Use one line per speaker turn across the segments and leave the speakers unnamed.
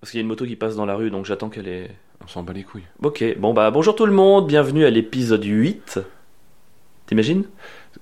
Parce qu'il y a une moto qui passe dans la rue, donc j'attends qu'elle ait.
On s'en bat les couilles.
Ok, bon bah bonjour tout le monde, bienvenue à l'épisode 8. T'imagines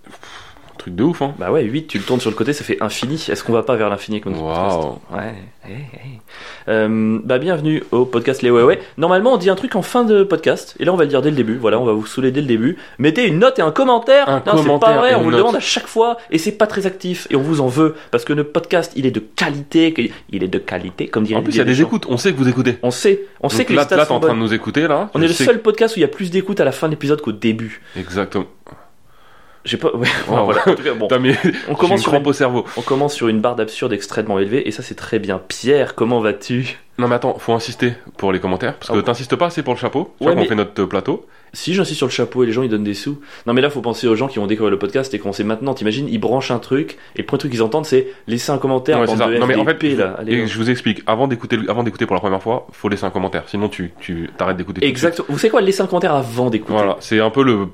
Un truc de ouf, hein.
Bah ouais, 8, tu le tournes sur le côté, ça fait infini. Est-ce qu'on va pas vers l'infini comme podcast
Waouh.
Ouais, hey, hey. Euh, bah bienvenue au podcast Les Ouais Ouais. Normalement, on dit un truc en fin de podcast, et là on va le dire dès le début. Voilà, on va vous saouler dès le début. Mettez une note et un commentaire.
Un
Non, c'est pas
commentaire et
vrai, on
une
vous le
note.
demande à chaque fois, et c'est pas très actif, et on vous en veut parce que le podcast, il est de qualité, qu'il- il est de qualité, comme dirait
En plus, il y
Didier
a des
Deschamps.
écoutes. On sait que vous écoutez.
On sait, on sait
Donc
que
là,
les stats
là, t'es
sont
en train
bonnes.
de nous écouter, là.
On
Je
est le
sais
seul podcast où il y a plus d'écoute à la fin de l'épisode qu'au début.
que- Exactement.
J'ai pas. ouais, enfin,
Oh.
voilà. En tout cas, bon,
Putain, mais
on
j'ai une
commence sur
crampe au cerveau.
on commence sur une barre d'absurde extrêmement élevée et ça c'est très bien. Pierre, comment vas-tu
Non, mais attends, faut insister pour les commentaires. Parce
Ah
que
bon.
t'insistes pas assez pour le chapeau. Tu
Ouais,
vois qu'on
mais-
fait notre euh, plateau.
Si j'insiste sur le chapeau et les gens ils donnent des sous. Non mais là faut penser aux gens qui ont découvert le podcast et qu'on sait maintenant. T'imagines, ils branchent un truc et le premier truc qu'ils entendent c'est laisser un commentaire.
Ouais,
bande
c'est ça.
de
Non, mais en fait,
FDP, là. Allez,
Et
on-
je vous explique. Avant d'écouter, le- avant d'écouter pour la première fois, faut laisser un commentaire. Sinon, tu, tu t'arrêtes d'écouter. tout de
Exact. Vous savez quoi Laisser un commentaire avant d'écouter.
Voilà, c'est un peu le.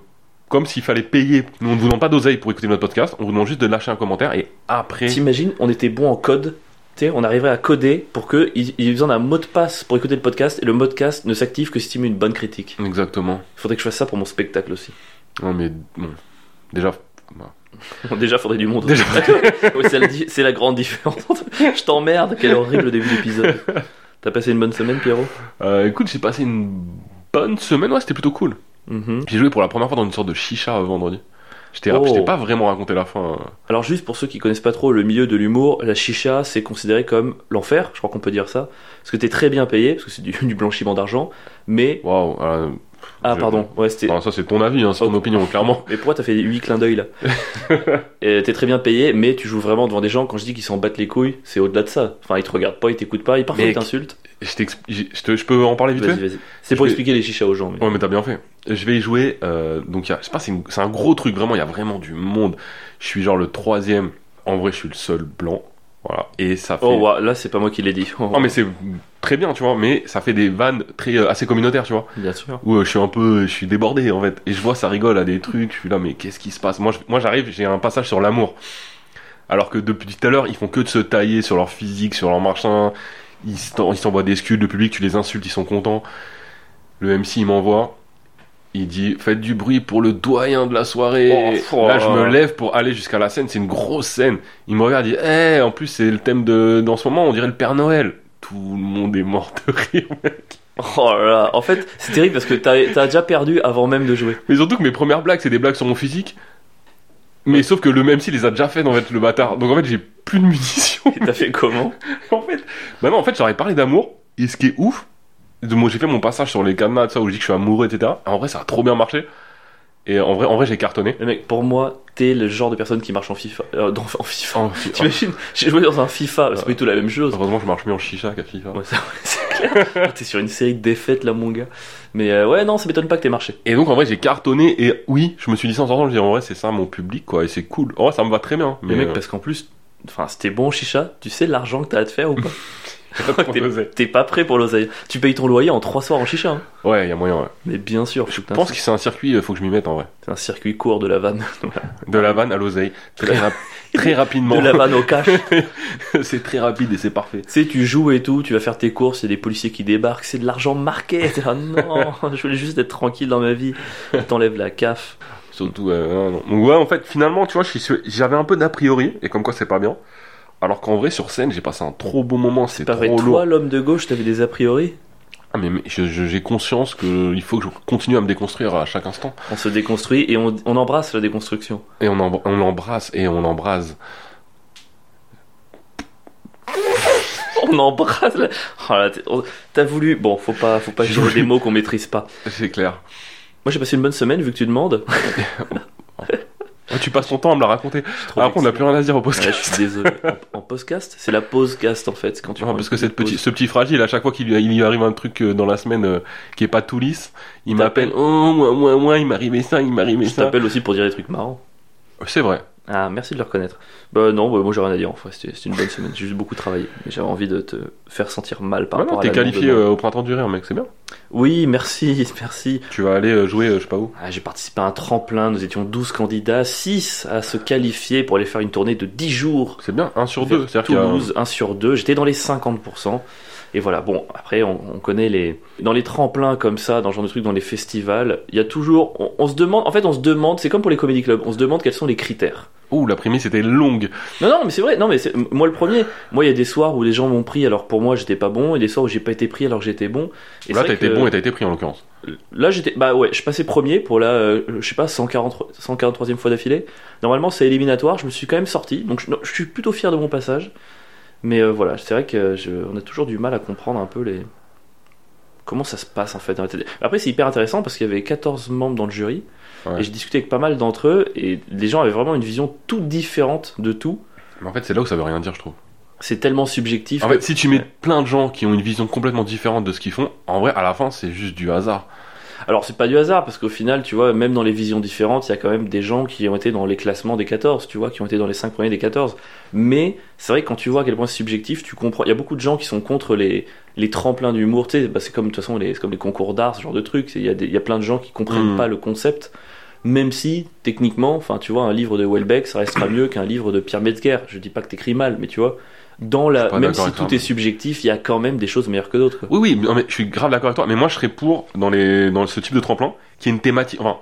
Comme s'il fallait payer. Nous, on ne vous demande pas d'oseille pour écouter notre podcast, on vous demande juste de lâcher un commentaire et après.
T'imagines, on était bon en code. Tu sais, on arriverait à coder pour que ils ils aient besoin d'un mot de passe pour écouter le podcast et le mot de passe ne s'active que si tu mets une bonne critique.
Exactement.
Il faudrait que je fasse ça pour mon spectacle aussi.
Non, mais bon. Déjà. bah,
Bon, déjà, faudrait du monde.
Déjà.
Ouais, c'est, la, di- c'est la grande différence. entre- Je t'emmerde, quel horrible début d'épisode. T'as passé une bonne semaine, Pierrot
Euh, écoute, j'ai passé une bonne semaine, ouais, c'était plutôt cool.
Mhm.
J'ai joué pour la première fois dans une sorte de chicha euh, vendredi. Je t'ai ra-
Oh.
je t'ai pas vraiment raconté la fin. euh.
Alors, juste pour ceux qui connaissent pas trop le milieu de l'humour, la chicha, c'est considéré comme l'enfer, je crois qu'on peut dire ça. Parce que t'es très bien payé, parce que c'est du, du blanchiment d'argent. Mais.
Waouh. euh,
Ah,
Je-
pardon, ouais, c'était.
enfin, ça, c'est ton avis, hein, c'est ton
Oh.
opinion, clairement.
Mais pourquoi t'as fait 8 clins d'œil là Et T'es très bien payé, mais tu joues vraiment devant des gens. Quand je dis qu'ils s'en battent les couilles, c'est au-delà de ça. Enfin, ils te regardent pas, ils t'écoutent pas, ils parfois
Mais-
ils t'insultent.
Je, t'expl- j'ai- je te- je peux en parler vite
Vas-y,
fait
vas-y. C'est pour
Je vais-
expliquer les chichas aux gens. mais-
Ouais, mais t'as bien fait. Je vais y jouer. euh, donc, il y a- je sais pas, c'est une- c'est un gros truc, vraiment. Il y a vraiment du monde. Je suis genre le troisième. En vrai, je suis le seul blanc. Voilà. Et ça fait.
Oh, ouais, là, c'est pas moi qui l'ai dit. Oh,
Non, mais c'est très bien, tu vois. Mais ça fait des vannes très, euh, assez communautaires, tu vois.
Bien sûr.
Où euh, je suis un peu. Je suis débordé, en fait. Et je vois, ça rigole à des trucs. Je suis là, mais qu'est-ce qui se passe Moi, je- moi, j'arrive, j'ai un passage sur l'amour. Alors que depuis tout à l'heure, ils font que de se tailler sur leur physique, sur leur machin. Ils s'en- ils s'envoient des scuds, le public, tu les insultes, ils sont contents. Le MC, il m'envoie. Il dit Faites du bruit pour le doyen de la soirée.
Oh, fou,
Là, je me
euh.
lève pour aller jusqu'à la scène. C'est une grosse scène. Il me regarde, il dit Eh, en plus, c'est le thème de. Dans ce moment, on dirait le Père Noël. Tout le monde est mort de rire.
Oh là là. En fait, c'est terrible parce que t'as t'as déjà perdu avant même de jouer.
Mais surtout que mes premières blagues, c'est des blagues sur mon physique. Mais sauf que le même si les a déjà fait en fait le bâtard. Donc en fait j'ai plus de munitions.
Et t'as fait comment
en fait, bah non en fait j'aurais parlé d'amour. Et ce qui est ouf, de moi j'ai fait mon passage sur les cadenas tout ça où je dis que je suis amoureux etc. En vrai ça a trop bien marché. Et en vrai en vrai j'ai cartonné.
Le mec, pour moi, t'es le genre de personne qui marche en FIFA. euh, dans- en FIFA.
Oh,
T'imagines J'ai joué dans un FIFA, c'est pas du tout la même chose.
heureusement je marche mieux en chicha qu'à FIFA.
Ouais, ça- c'est clair. T'es sur une série de défaites là, mon gars. Mais euh, ouais, non, ça m'étonne pas que t'aies marché.
Et donc en vrai j'ai cartonné et oui je me suis dit sans sortant je dis en vrai c'est ça mon public quoi et c'est cool. En vrai ça me va très bien.
Mais
Mais
mec,
euh,
parce qu'en plus, enfin, c'était bon, chicha. Tu sais l'argent que t'as à te faire ou pas
j'ai pas trop
t'es,
osé.
t'es pas prêt pour l'oseille. Tu payes ton loyer en trois soirs en chicha. hein.
ouais y a moyen. Ouais.
Mais bien sûr,
Je
putain,
pense
c'est,
que c'est un circuit euh, faut que je m'y mette en vrai.
c'est un circuit court de la vanne.
De la vanne à l'oseille. Très, rap- très rapidement.
De la vanne au cash.
c'est très rapide et c'est parfait.
Tu sais, tu joues et tout, tu vas faire tes courses, il y a des policiers qui débarquent, c'est de l'argent marqué. T'es là, non, je voulais juste être tranquille dans ma vie. Ils t'enlèvent la CAF.
Surtout, euh, non, non. Donc ouais, en fait, finalement, tu vois, je suis sûr- j'avais un peu d'a priori, et comme quoi c'est pas bien. Alors qu'en vrai, sur scène, j'ai passé un trop beau moment, c'est
Pas
trop
vrai,
lourd.
toi, l'homme de gauche, t'avais des a priori
Ah, mais, mais je- je- j'ai conscience que il faut que je continue à me déconstruire à chaque instant.
On se déconstruit et on, on embrasse la déconstruction.
Et on, en- on l'embrasse, et on l'embrase.
On embrasse la... Oh là, t'es- on- T'as voulu... Bon, faut pas, faut pas
J'ai
jouer
voulu.
des mots qu'on maîtrise pas.
C'est clair.
Moi, j'ai passé une bonne semaine, vu que tu demandes.
Ouais, tu passes ton temps à me la raconter. Ah,
Je suis trop
Alors qu'on n'a
vexé.
plus rien à dire au
Ouais,
podcast.
je suis désolé. En, en podcast C'est la pause cast, en fait. c'est Quand tu
Ouais,
prends
Ah, parce
une
que cette
pause.
petit, ce petit fragile, à chaque fois qu'il lui- il lui arrive un truc euh, dans la semaine euh, qui est pas tout lisse, il
t'appelle.
m'appelle. Oh, moi, moi, moi, il m'arrivait ça, il m'arrivait
Je
ça.
t'appelle aussi pour dire des trucs marrants.
C'est vrai.
Ah, merci de le reconnaître. Bah non, bah, moi j'ai rien à dire en fait, c'était c'était une bonne semaine, j'ai juste beaucoup travaillé. Mais j'avais envie de te faire sentir mal par
Ouais, non,
rapport à
t'es
la demande
qualifié
de-
euh, au printemps du rire, mec, c'est bien.
Oui, merci, merci.
Tu vas aller euh, jouer, euh, je sais pas où.
Ah, J'ai participé à un tremplin, nous étions 12 candidats, 6 à se qualifier pour aller faire une tournée de 10 jours.
C'est bien, 1 sur 2. C'est-à-dire qu'il y a un-
Toulouse, 1 sur 2, j'étais dans les 50%. Et voilà, bon, après, on, on connaît les. Dans les tremplins comme ça, dans ce genre de trucs, dans les festivals, il y a toujours. On, on se demande, en fait, on se demande, c'est comme pour les comédie clubs, on se demande quels sont les critères.
Ouh, la primée c'était longue.
Non, non, mais c'est vrai. Non, mais c'est- moi le premier. Moi, il y a des soirs où les gens m'ont pris. Alors pour moi, j'étais pas bon, et des soirs où j'ai pas été pris alors que j'étais bon. Et
Là,
c'est
t'as
vrai
été
que-
bon et t'as été pris en l'occurrence.
Là, j'étais. Bah ouais, je passais premier pour la, euh, je sais pas, 140, 143e fois d'affilée. Normalement, c'est éliminatoire. Je me suis quand même sorti. Donc, je, non, je suis plutôt fier de mon passage. Mais euh, voilà, c'est vrai que je- on a toujours du mal à comprendre un peu les. Comment ça se passe en fait dans la tête. Après, c'est hyper intéressant parce qu'il y avait 14 membres dans le jury.
Ouais.
Et j'ai discuté avec pas mal d'entre eux. Et les gens avaient vraiment une vision toute différente de tout.
Mais en fait, c'est là où ça veut rien dire, je trouve.
C'est tellement subjectif.
En
que-
fait, si tu mets
Ouais.
plein de gens qui ont une vision complètement différente de ce qu'ils font, en vrai, à la fin, c'est juste du hasard.
Alors c'est pas du hasard parce qu'au final, tu vois, même dans les visions différentes, il y a quand même des gens qui ont été dans les classements des 14, tu vois, qui ont été dans les 5 premiers des 14. Mais c'est vrai que quand tu vois à quel point c'est subjectif, tu comprends. Il y a beaucoup de gens qui sont contre les, les tremplins d'humour, tu sais, bah, c'est comme de toute façon les, c'est comme les concours d'art, ce genre de truc. C'est- Il y, a des- il y a plein de gens qui comprennent
Mhm.
pas le concept. Même si, techniquement, enfin, tu vois, un livre de Welbeck, ça restera mieux qu'un livre de Pierre Metzger. Je dis pas que t'écris mal, mais tu vois, dans
Je suis
la,
pas
même
d'accord
si
avec toi,
tout
mais-
est subjectif, il y a quand même des choses meilleures que d'autres. quoi.
Oui, oui, mais- non, mais je suis grave d'accord avec toi. Mais moi, je serais pour, dans, les, dans ce type de tremplin, qu'il y ait une thématique. Enfin,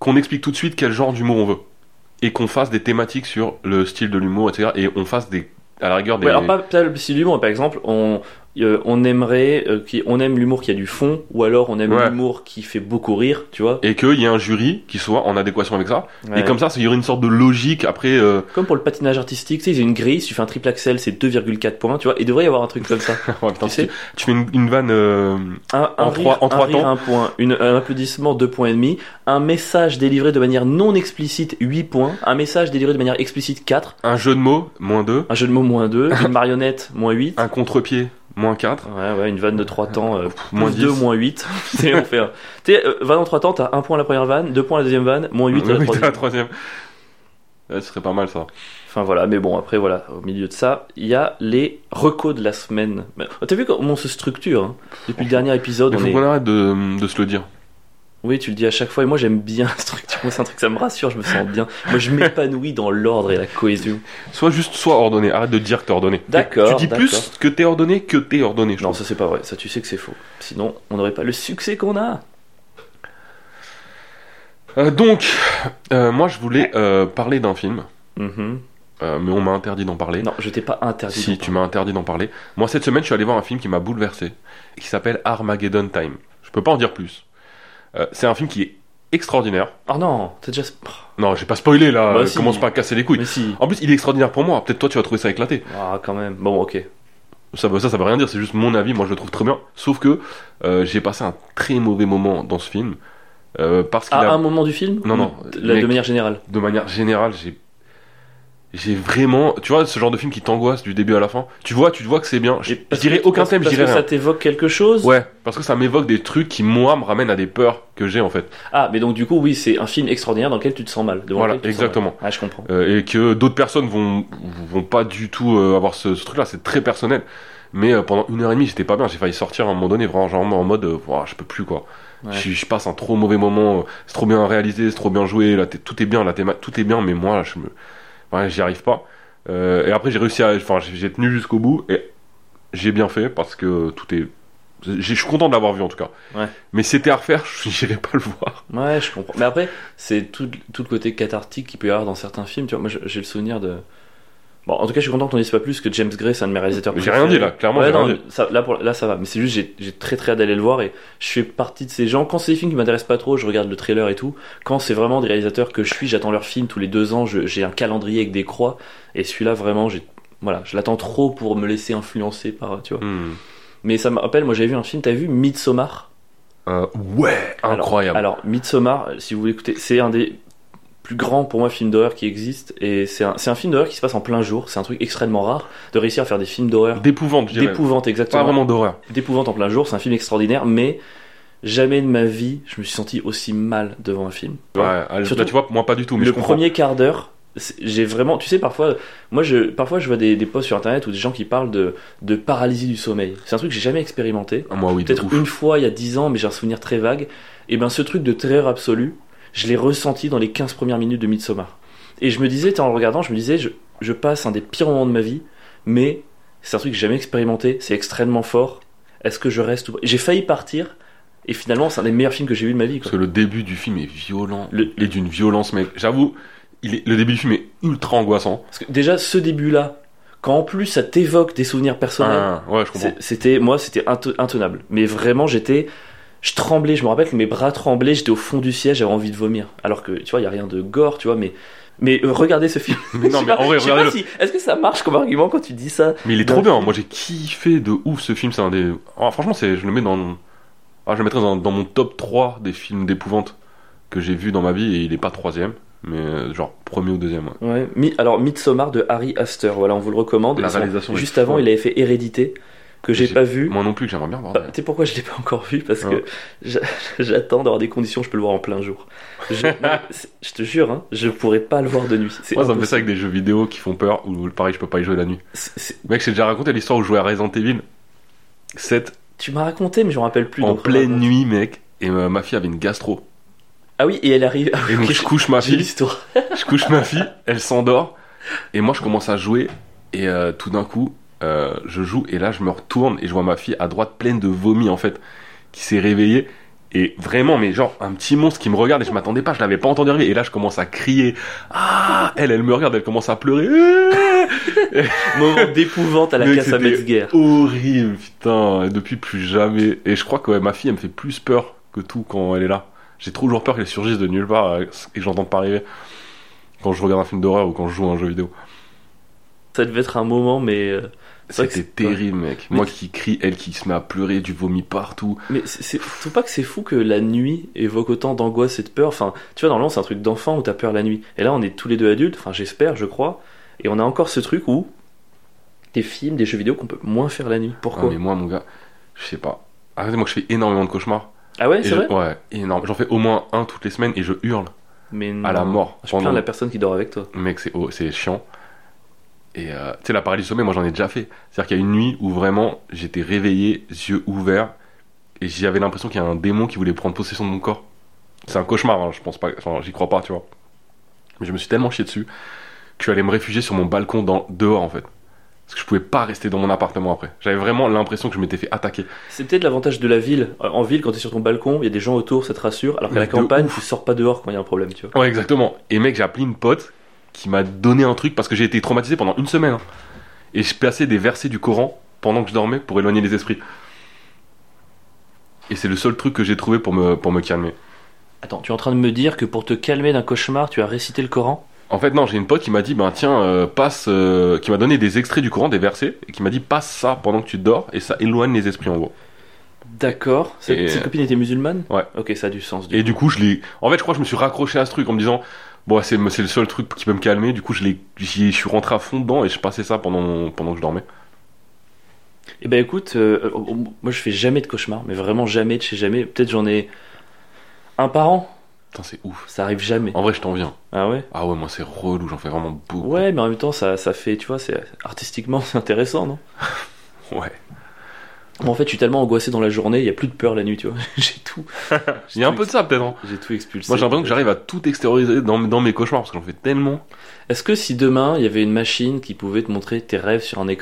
qu'on explique tout de suite quel genre d'humour on veut. Et qu'on fasse des thématiques sur le style de l'humour, etc. Et on fasse des. À la rigueur, des.
Ouais, alors pas pas le style d'humour, par exemple, on, euh, on aimerait, euh, qui, on aime l'humour qui a du fond, ou alors on aime
Ouais.
l'humour qui fait beaucoup rire, tu vois.
Et qu'il y ait un jury qui soit en adéquation avec ça.
Ouais.
Et comme ça, il y aurait une sorte de logique après. euh,
Comme pour le patinage artistique, tu sais, ils ont une grille, si tu fais un triple axel, c'est 2,4 points, tu vois. Il devrait y avoir un truc comme ça.
ouais, putain,
Tu sais.
tu, tu fais une, une vanne. euh,
Un, un
En
rire,
trois- en
un
trois
rire,
temps.
un point, une, un applaudissement, deux points et demi, un message délivré de manière non explicite, 8 points, un message délivré de manière explicite, 4,
un jeu de mots, moins 2.
un jeu de mots, moins 2, une marionnette, moins 8.
Un contre-pied, moins 4.
Ouais, ouais, une vanne de 3 temps, euh,
Moins
Moins
10.
2, moins 8. C'est on fait un. Tu sais, euh, vanne en 3 temps, t'as 1 point à la première vanne, 2 points à la deuxième vanne, moins 8 à la
Ah, Oui, t'as
troisième.
la troisième. Ouais, ce serait pas mal ça.
Enfin voilà, mais bon, après voilà, au milieu de ça, il y a les recos de la semaine. Mais, oh, T'as vu comment on se structure hein Depuis le dernier épisode,
Il
on
faut
est.
qu'on arrête de, de se le dire.
Oui, tu le dis à chaque fois, et moi j'aime bien la structure. Moi, c'est un truc, ça me rassure, je me sens bien. Moi, je m'épanouis dans l'ordre et la cohésion.
Soit juste, soit ordonné. Arrête de dire que t'es ordonné.
D'accord,
Tu dis plus
d'accord.
que t'es ordonné que t'es ordonné. Je
Non,
pense.
ça c'est pas vrai, ça tu sais que c'est faux. Sinon, on n'aurait pas le succès qu'on a.
Euh, donc, euh, moi je voulais euh, parler d'un film,
Mhm.
euh, mais on m'a interdit d'en parler.
Non, je t'ai pas interdit.
Si
d'en
tu m'as interdit d'en parler. Moi cette semaine je suis allé voir un film qui m'a bouleversé, qui s'appelle Armageddon Time. Je peux pas en dire plus. Euh, c'est un film qui est extraordinaire.
parler. Oh non, t'as déjà.
Non, j'ai pas spoilé là.
Bah,
euh,
si.
Commence pas à casser les couilles.
Mais si.
En plus, il est extraordinaire pour moi. Peut-être toi tu vas trouver ça éclaté.
Ah, quand même. Bon, ok.
Ça, veut- ça, ça veut rien dire, c'est juste mon avis, moi je le trouve très bien. Sauf que euh, j'ai passé un très mauvais moment dans ce film. euh, parce qu'il
À
a-
Ah, un moment du film
Non,
Ou
non,
de- la-
mec.
de manière générale.
de manière générale, j'ai. J'ai vraiment. Tu vois, ce genre de film qui t'angoisse du début à la fin. Tu vois, tu vois que c'est bien. Je,
Et parce
je dirais
que-
aucun
parce-
thème, je
parce
dirais
que ça
rien.
t'évoque quelque chose
Ouais, parce que ça m'évoque des trucs qui, moi, me ramènent à des peurs que j'ai en fait.
Ah, mais donc du coup, oui, c'est un film extraordinaire dans lequel tu te sens mal. devant
Voilà,
lequel tu te sens mal.
exactement.
Ah, je comprends.
Euh, et que d'autres personnes vont, vont pas du tout euh, avoir ce, ce truc-là. C'est très personnel. Mais euh, pendant une heure et demie, j'étais pas bien. J'ai failli sortir à un moment donné, vraiment, genre en mode, euh, Ouah, je peux plus quoi.
Ouais.
Je, je passe un trop mauvais moment. euh, C'est trop bien réalisé, c'est trop bien joué. Là, t'es- tout est bien, la théma, tout est bien, mais moi, là, je me, ouais, j'y arrive pas. Euh, et après, j'ai réussi à, enfin, j'ai j'ai tenu jusqu'au bout et j'ai bien fait parce que tout est. j'ai- Je suis content de l'avoir vu en tout cas.
Ouais.
Mais c'était à refaire, je- j'irai pas le voir.
Ouais, je comprends. Mais après, c'est tout, tout le côté cathartique qu'il peut y avoir dans certains films. Tu vois, moi, je- j'ai le souvenir de. Bon, en tout cas, je suis content que t'en dises pas plus que James Gray, c'est un de mes réalisateurs.
J'ai
préférés.
rien dit là, clairement,
Ouais,
j'ai rien
non,
dit.
ça, là, pour- là, ça va. Mais c'est juste, j'ai- j'ai très très hâte d'aller le voir et je fais partie de ces gens. Quand c'est des films qui m'intéressent pas trop, je regarde le trailer et tout. Quand c'est vraiment des réalisateurs que je suis, j'attends leur film tous les deux ans. je- J'ai un calendrier avec des croix. Et celui-là, vraiment, j'ai. Voilà, je l'attends trop pour me laisser influencer par, tu vois.
Hmm.
Mais ça me rappelle, moi j'avais vu un film, t'as vu Midsommar
Euh, ouais,
Alors-
incroyable.
Alors, Midsommar, si vous voulez écouter, c'est un des plus grands pour moi films d'horreur qui existe. Et c'est un, c'est un film d'horreur qui se passe en plein jour. C'est un truc extrêmement rare de réussir à faire des films d'horreur
D'épouvante, je dirais.
Ah. d'épouvante,
Pas
exactement.
vraiment d'horreur.
D'épouvante en plein jour, c'est un film extraordinaire, mais jamais de ma vie je me suis senti aussi mal devant un film.
Ouais, allez,
Surtout-
là, Ah, tu vois, moi pas du tout, mais
Le
je comprends.
premier quart d'heure, c'est- J'ai vraiment, tu sais, parfois, moi, je, parfois, je vois des, des posts sur internet ou des gens qui parlent de, de paralysie du sommeil. C'est un truc que j'ai jamais expérimenté.
Ah, moi, oui, de
Peut-être
ouf.
une fois il y a 10 ans, mais j'ai un souvenir très vague. Et ben, ce truc de terreur absolue, je l'ai ressenti dans les 15 premières minutes de Midsommar. Et je me disais, tiens, en le regardant, je me disais, je, je passe un des pires moments de ma vie, mais c'est un truc que j'ai jamais expérimenté, c'est extrêmement fort. Est-ce que je reste ou pas J'ai failli partir, et finalement, c'est un des meilleurs films que j'ai vu de ma vie. quoi.
Parce que le début du film est violent.
Le-
Il est d'une violence, mec. J'avoue, il est... le début du film est ultra angoissant.
Parce que déjà, ce début-là, quand en plus ça t'évoque des souvenirs personnels,
Ah, ouais, je comprends.
C'est- C'était, moi, c'était inte- intenable. Mais vraiment, j'étais, je tremblais. Je me rappelle que mes bras tremblaient. J'étais au fond du siège. J'avais envie de vomir. Alors que, tu vois, il y a rien de gore, tu vois. Mais, mais euh, regardez ce film.
Mais non,
Je sais
mais
pas-
en vrai,
je sais pas
regardez-le.
si- Est-ce que ça marche comme argument quand tu dis ça
Mais il est
Dans
trop
le
bien.
film.
Moi, j'ai kiffé de ouf ce film. C'est un des. Ah, franchement, c'est. Je le mets dans. Ah, je le mettrais dans, dans mon top 3 des films d'épouvante que j'ai vu dans ma vie. Et il est pas troisième, mais euh, genre premier ou deuxième. ouais.
Ouais. Mi- alors, Midsommar de Harry Astor. Voilà, on vous le recommande.
La
Et son-
réalisation est
Juste avant,
folle.
il avait fait Hérédité que j'ai
J'ai-
pas vu.
Moi non plus, que j'aimerais bien voir.
Bah, tu sais pourquoi je l'ai pas encore vu Parce
Ouais.
que j'a- j'attends d'avoir des conditions où je peux le voir en plein jour. Je, non, c'est- je te jure, hein, je pourrais pas le voir de nuit. C'est
Moi, ça me fait
impossible.
ça avec des jeux vidéo qui font peur. Ou pareil, je peux pas y jouer la nuit.
C'est- c'est-
Mec, j'ai déjà raconté l'histoire où je jouais à Resident Evil 7
Tu m'as raconté, mais je me rappelle plus.
en
donc,
pleine nuit, mec. Et euh, ma fille avait une gastro.
Ah oui, et elle arrive. Ah
Et donc
oui,
je couche ma
j'ai lu
fille,
l'histoire.
je couche ma fille, elle s'endort, et moi je commence à jouer, et euh, tout d'un coup, euh, je joue, et là je me retourne, et je vois ma fille à droite pleine de vomi en fait, qui s'est réveillée, et vraiment, mais genre un petit monstre qui me regarde, et je m'attendais pas, je l'avais pas entendu arriver, et là je commence à crier, ah, elle, elle me regarde, elle commence à pleurer, Ah
Moment d'épouvante à la
Mec,
casse à
c'était
Metzger.
horrible, putain, et depuis plus jamais, et je crois que ouais, ma fille elle me fait plus peur que tout quand elle est là, j'ai toujours peur qu'elle surgisse de nulle part, euh, et que j'entende pas arriver. Quand je regarde un film d'horreur ou quand je joue à un jeu vidéo.
Ça devait être un moment, mais. euh, C'est vrai que
C'était
c'est-
terrible, mec.
Mais
Moi qui crie, elle qui se met à pleurer, du vomi partout.
Mais c'est- c'est- je trouve pas que c'est fou que la nuit évoque autant d'angoisse et de peur. Enfin, tu vois, normalement, c'est un truc d'enfant où t'as peur la nuit. Et là, on est tous les deux adultes, enfin, j'espère, je crois. Et on a encore ce truc où. Des films, des jeux vidéo qu'on peut moins faire la nuit.
Ah,
Pourquoi
mais moi, mon gars, je sais pas. Arrêtez, moi, que je fais énormément de cauchemars.
Ah ouais,
Et
c'est
je-
vrai
Ouais, énorme. J'en fais au moins un toutes les semaines et je hurle
Mais
à la
non.
mort.
Je
pendant-
plains la personne qui dort avec toi.
Mec, c'est oh, c'est chiant. Et euh, tu sais, la paralysie du sommeil, moi, j'en ai déjà fait. C'est-à-dire qu'il y a une nuit où vraiment j'étais réveillé, yeux ouverts, et j'avais l'impression qu'il y a un démon qui voulait prendre possession de mon corps. C'est un cauchemar, hein, je pense pas, enfin, j'y crois pas, tu vois. Mais je me suis tellement chié dessus que je suis allé me réfugier sur mon balcon dans, dehors, en fait. Parce que je pouvais pas rester dans mon appartement après. J'avais vraiment l'impression que je m'étais fait attaquer.
C'est peut-être l'avantage de la ville. Euh, En ville, quand t'es sur ton balcon, il y a des gens autour, ça te rassure. Alors qu'à la
De
campagne, tu sors pas dehors quand il y a un problème, tu vois.
Ouais, exactement. Et mec, j'ai appelé une pote qui m'a donné un truc parce que j'ai été traumatisé pendant une semaine. hein. Et je passais des versets du Coran pendant que je dormais pour éloigner les esprits. Et c'est le seul truc que j'ai trouvé pour me, pour me calmer.
Attends, tu es en train de me dire que pour te calmer d'un cauchemar, tu as récité le Coran
En fait, non, j'ai une pote qui m'a dit, ben tiens, euh, passe, euh, qui m'a donné des extraits du Coran, des versets, et qui m'a dit, passe ça pendant que tu dors, et ça éloigne les esprits en gros.
D'accord. Cette,
Et-
cette copine était musulmane
Ouais.
Ok, ça a du sens. Du
Et du coup, je l'ai. En fait, je crois que je me suis raccroché à ce truc en me disant, bon, c'est c'est le seul truc qui peut me calmer. Du coup, je l'ai- j'y je suis rentré à fond dedans et je passais ça pendant, mon- pendant que je dormais.
Eh ben écoute, euh, euh, moi je fais jamais de cauchemar, mais vraiment jamais de chez jamais. Peut-être j'en ai un par an.
Putain, c'est ouf.
Ça arrive jamais.
En vrai, je t'en viens.
Ah ouais
Ah ouais, moi c'est relou, j'en fais vraiment beaucoup.
Ouais, mais en même temps, ça, ça fait, tu vois, c'est artistiquement, c'est intéressant, non
Ouais.
En fait, je suis tellement angoissé dans la journée, il y a plus de peur la nuit, tu vois. J'ai tout.
Il y a un peu de ça peut-être. hein.
J'ai tout expulsé.
Moi j'ai l'impression que j'arrive à tout extérioriser dans, dans mes cauchemars parce que j'en fais tellement.
Est-ce que si demain il y avait une machine qui pouvait te montrer tes rêves sur un écran,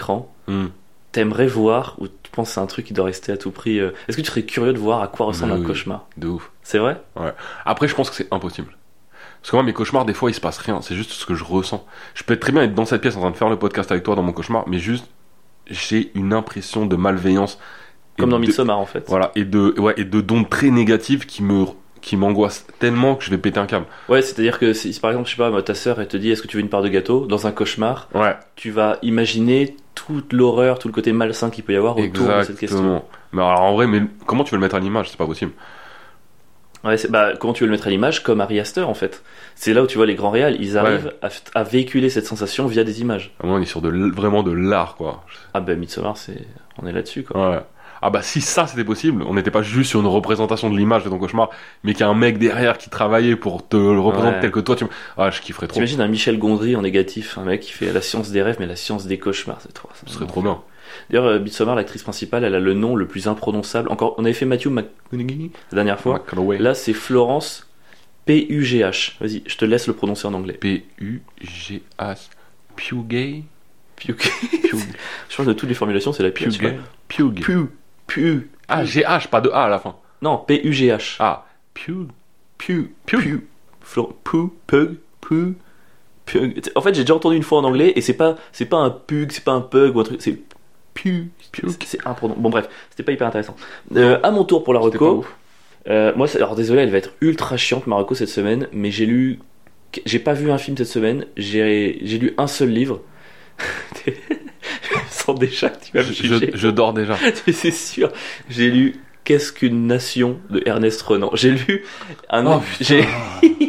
Hmm.
t'aimerais voir ou tu penses que c'est un truc qui doit rester à tout prix euh, Est-ce que tu serais curieux de voir à quoi ressemble
Mais
un
Ah oui.
cauchemar
De ouf.
C'est vrai
Après, je pense que c'est impossible. Parce que moi, mes cauchemars, des fois, il se passe rien. C'est juste ce que je ressens. Je peux être très bien être dans cette pièce en train de faire le podcast avec toi dans mon cauchemar, mais juste, j'ai une impression de malveillance. et
Comme dans
de-
Midsommar en fait.
Voilà, et de, ouais, et de dons très négatives qui me qui m'angoissent tellement que je vais péter un câble.
Ouais, c'est-à-dire que si si par exemple, je sais pas, moi, ta sœur elle te dit est-ce que tu veux une part de gâteau Dans un cauchemar,
Ouais,
tu vas imaginer toute l'horreur, tout le côté malsain qu'il peut y avoir autour de cette question.
exactement. Mais alors en vrai, mais comment tu veux le mettre à l'image C'est pas possible.
Ouais, c'est- bah, comment tu veux le mettre à l'image Comme Harry Astor en fait. C'est là où tu vois les grands réals, ils arrivent à f- à, véhiculer cette sensation via des images.
À un moment, on est sur de, l- vraiment de l'art, quoi.
Ah ben Midsommar, c'est... on est là-dessus quoi.
Ouais. ah bah si ça c'était possible, on n'était pas juste sur une représentation de l'image de ton cauchemar, mais qu'il y a un mec derrière qui travaillait pour te le représenter
Ouais.
tel que toi, tu... ah je kifferais trop,
T'imagines un Michel Gondry en négatif, un mec qui fait la science des rêves mais la science des cauchemars, c'est trop.
ce serait trop bien.
D'ailleurs, euh, Midsommar, l'actrice principale, elle a le nom le plus imprononçable. Encore, on avait fait Matthew McConaughey la dernière fois.
McConaughey.
Là, c'est Florence P-U-G-H. Vas-y, je te laisse le prononcer en anglais.
P-U-G-H. Pugay
Puke. je crois que de toutes les formulations, c'est la pire. tu
Pugay
vois.
Pugay.
Pu. Pu.
Ah, G-H, pas de A à la fin.
Non, P-U-G-H.
Ah, Pug.
Pu.
Pu.
Pu. Flor- Pu. Pug. Pu. Pug. En fait, j'ai déjà entendu une fois en anglais et c'est pas, c'est pas un pug, c'est pas un pug ou un truc. C'est
Pug. Pug.
C'est- C'est imprononçable. Bon bref, c'était pas hyper intéressant. Euh, à mon tour pour la
C'était pas
reco.
ouf.
euh, moi, c'est- alors désolé, elle va être ultra chiante ma reco cette semaine, mais j'ai lu, j'ai pas vu un film cette semaine. J'ai j'ai lu un seul livre. je me sens déjà que tu vas me
Je,
juger.
je- je dors déjà.
Mais C'est sûr. J'ai lu Qu'est-ce qu'une nation de Ernest Renan. J'ai lu un.
Oh, putain.
j'ai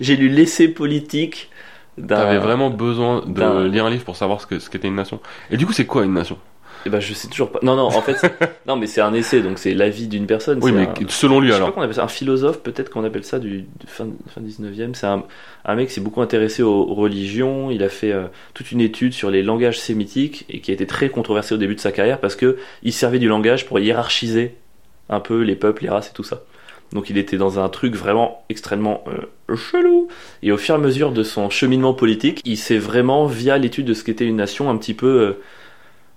j'ai lu l'essai politique d'un.
T'avais vraiment besoin
d'un-
de lire un livre pour savoir ce que ce qu'était une nation. Et du coup, c'est quoi une nation
Eh ben, je sais toujours pas. Non non, en fait, non mais c'est un essai, donc c'est l'avis d'une personne.
Oui,
c'est
mais
un-
selon lui
Je sais pas
alors.
qu'on appelle ça un philosophe, peut-être qu'on appelle ça du, du fin, fin 19e. C'est un, un mec qui s'est beaucoup intéressé aux, aux religions. Il a fait euh, toute une étude sur les langages sémitiques et qui a été très controversé au début de sa carrière parce que il servait du langage pour hiérarchiser un peu les peuples, les races et tout ça. Donc il était dans un truc vraiment extrêmement euh, chelou. Et au fur et à mesure de son cheminement politique, il s'est vraiment, via l'étude de ce qu'était une nation, un petit peu, euh,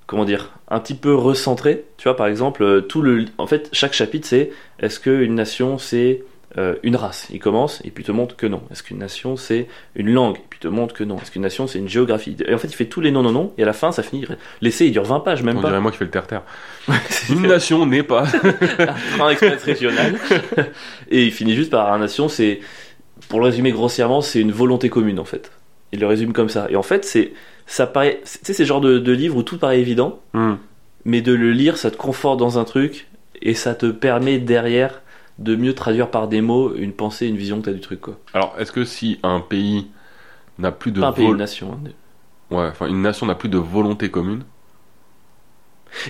comment dire, un petit peu recentré. Tu vois, par exemple, euh, tout le, en fait, chaque chapitre c'est est-ce qu'une nation c'est euh, une race Il commence et puis te montre que non. Est-ce qu'une nation c'est une langue Et puis te montre que non. Est-ce qu'une nation c'est une géographie Et en fait, il fait tous les non, non, non. Et à la fin, ça finit. L'essai il dure 20 pages, même
On
pas.
dirait moi qui fais le terre-terre.
C'est-
Une nation n'est pas.
train express régional. et il finit juste par un nation, c'est, pour le résumer grossièrement, c'est une volonté commune en fait. Il le résume comme ça. Et en fait, c'est, ça paraît, tu sais, c'est le genre de, de livre où tout paraît évident,
Hmm.
mais de le lire, ça te conforte dans un truc et ça te permet derrière de mieux traduire par des mots une pensée, une vision que t'as du truc quoi.
Alors, est-ce que si un pays n'a plus de
Pas un pays,
vol-
une nation. hein.
ouais, enfin une nation n'a plus de volonté commune,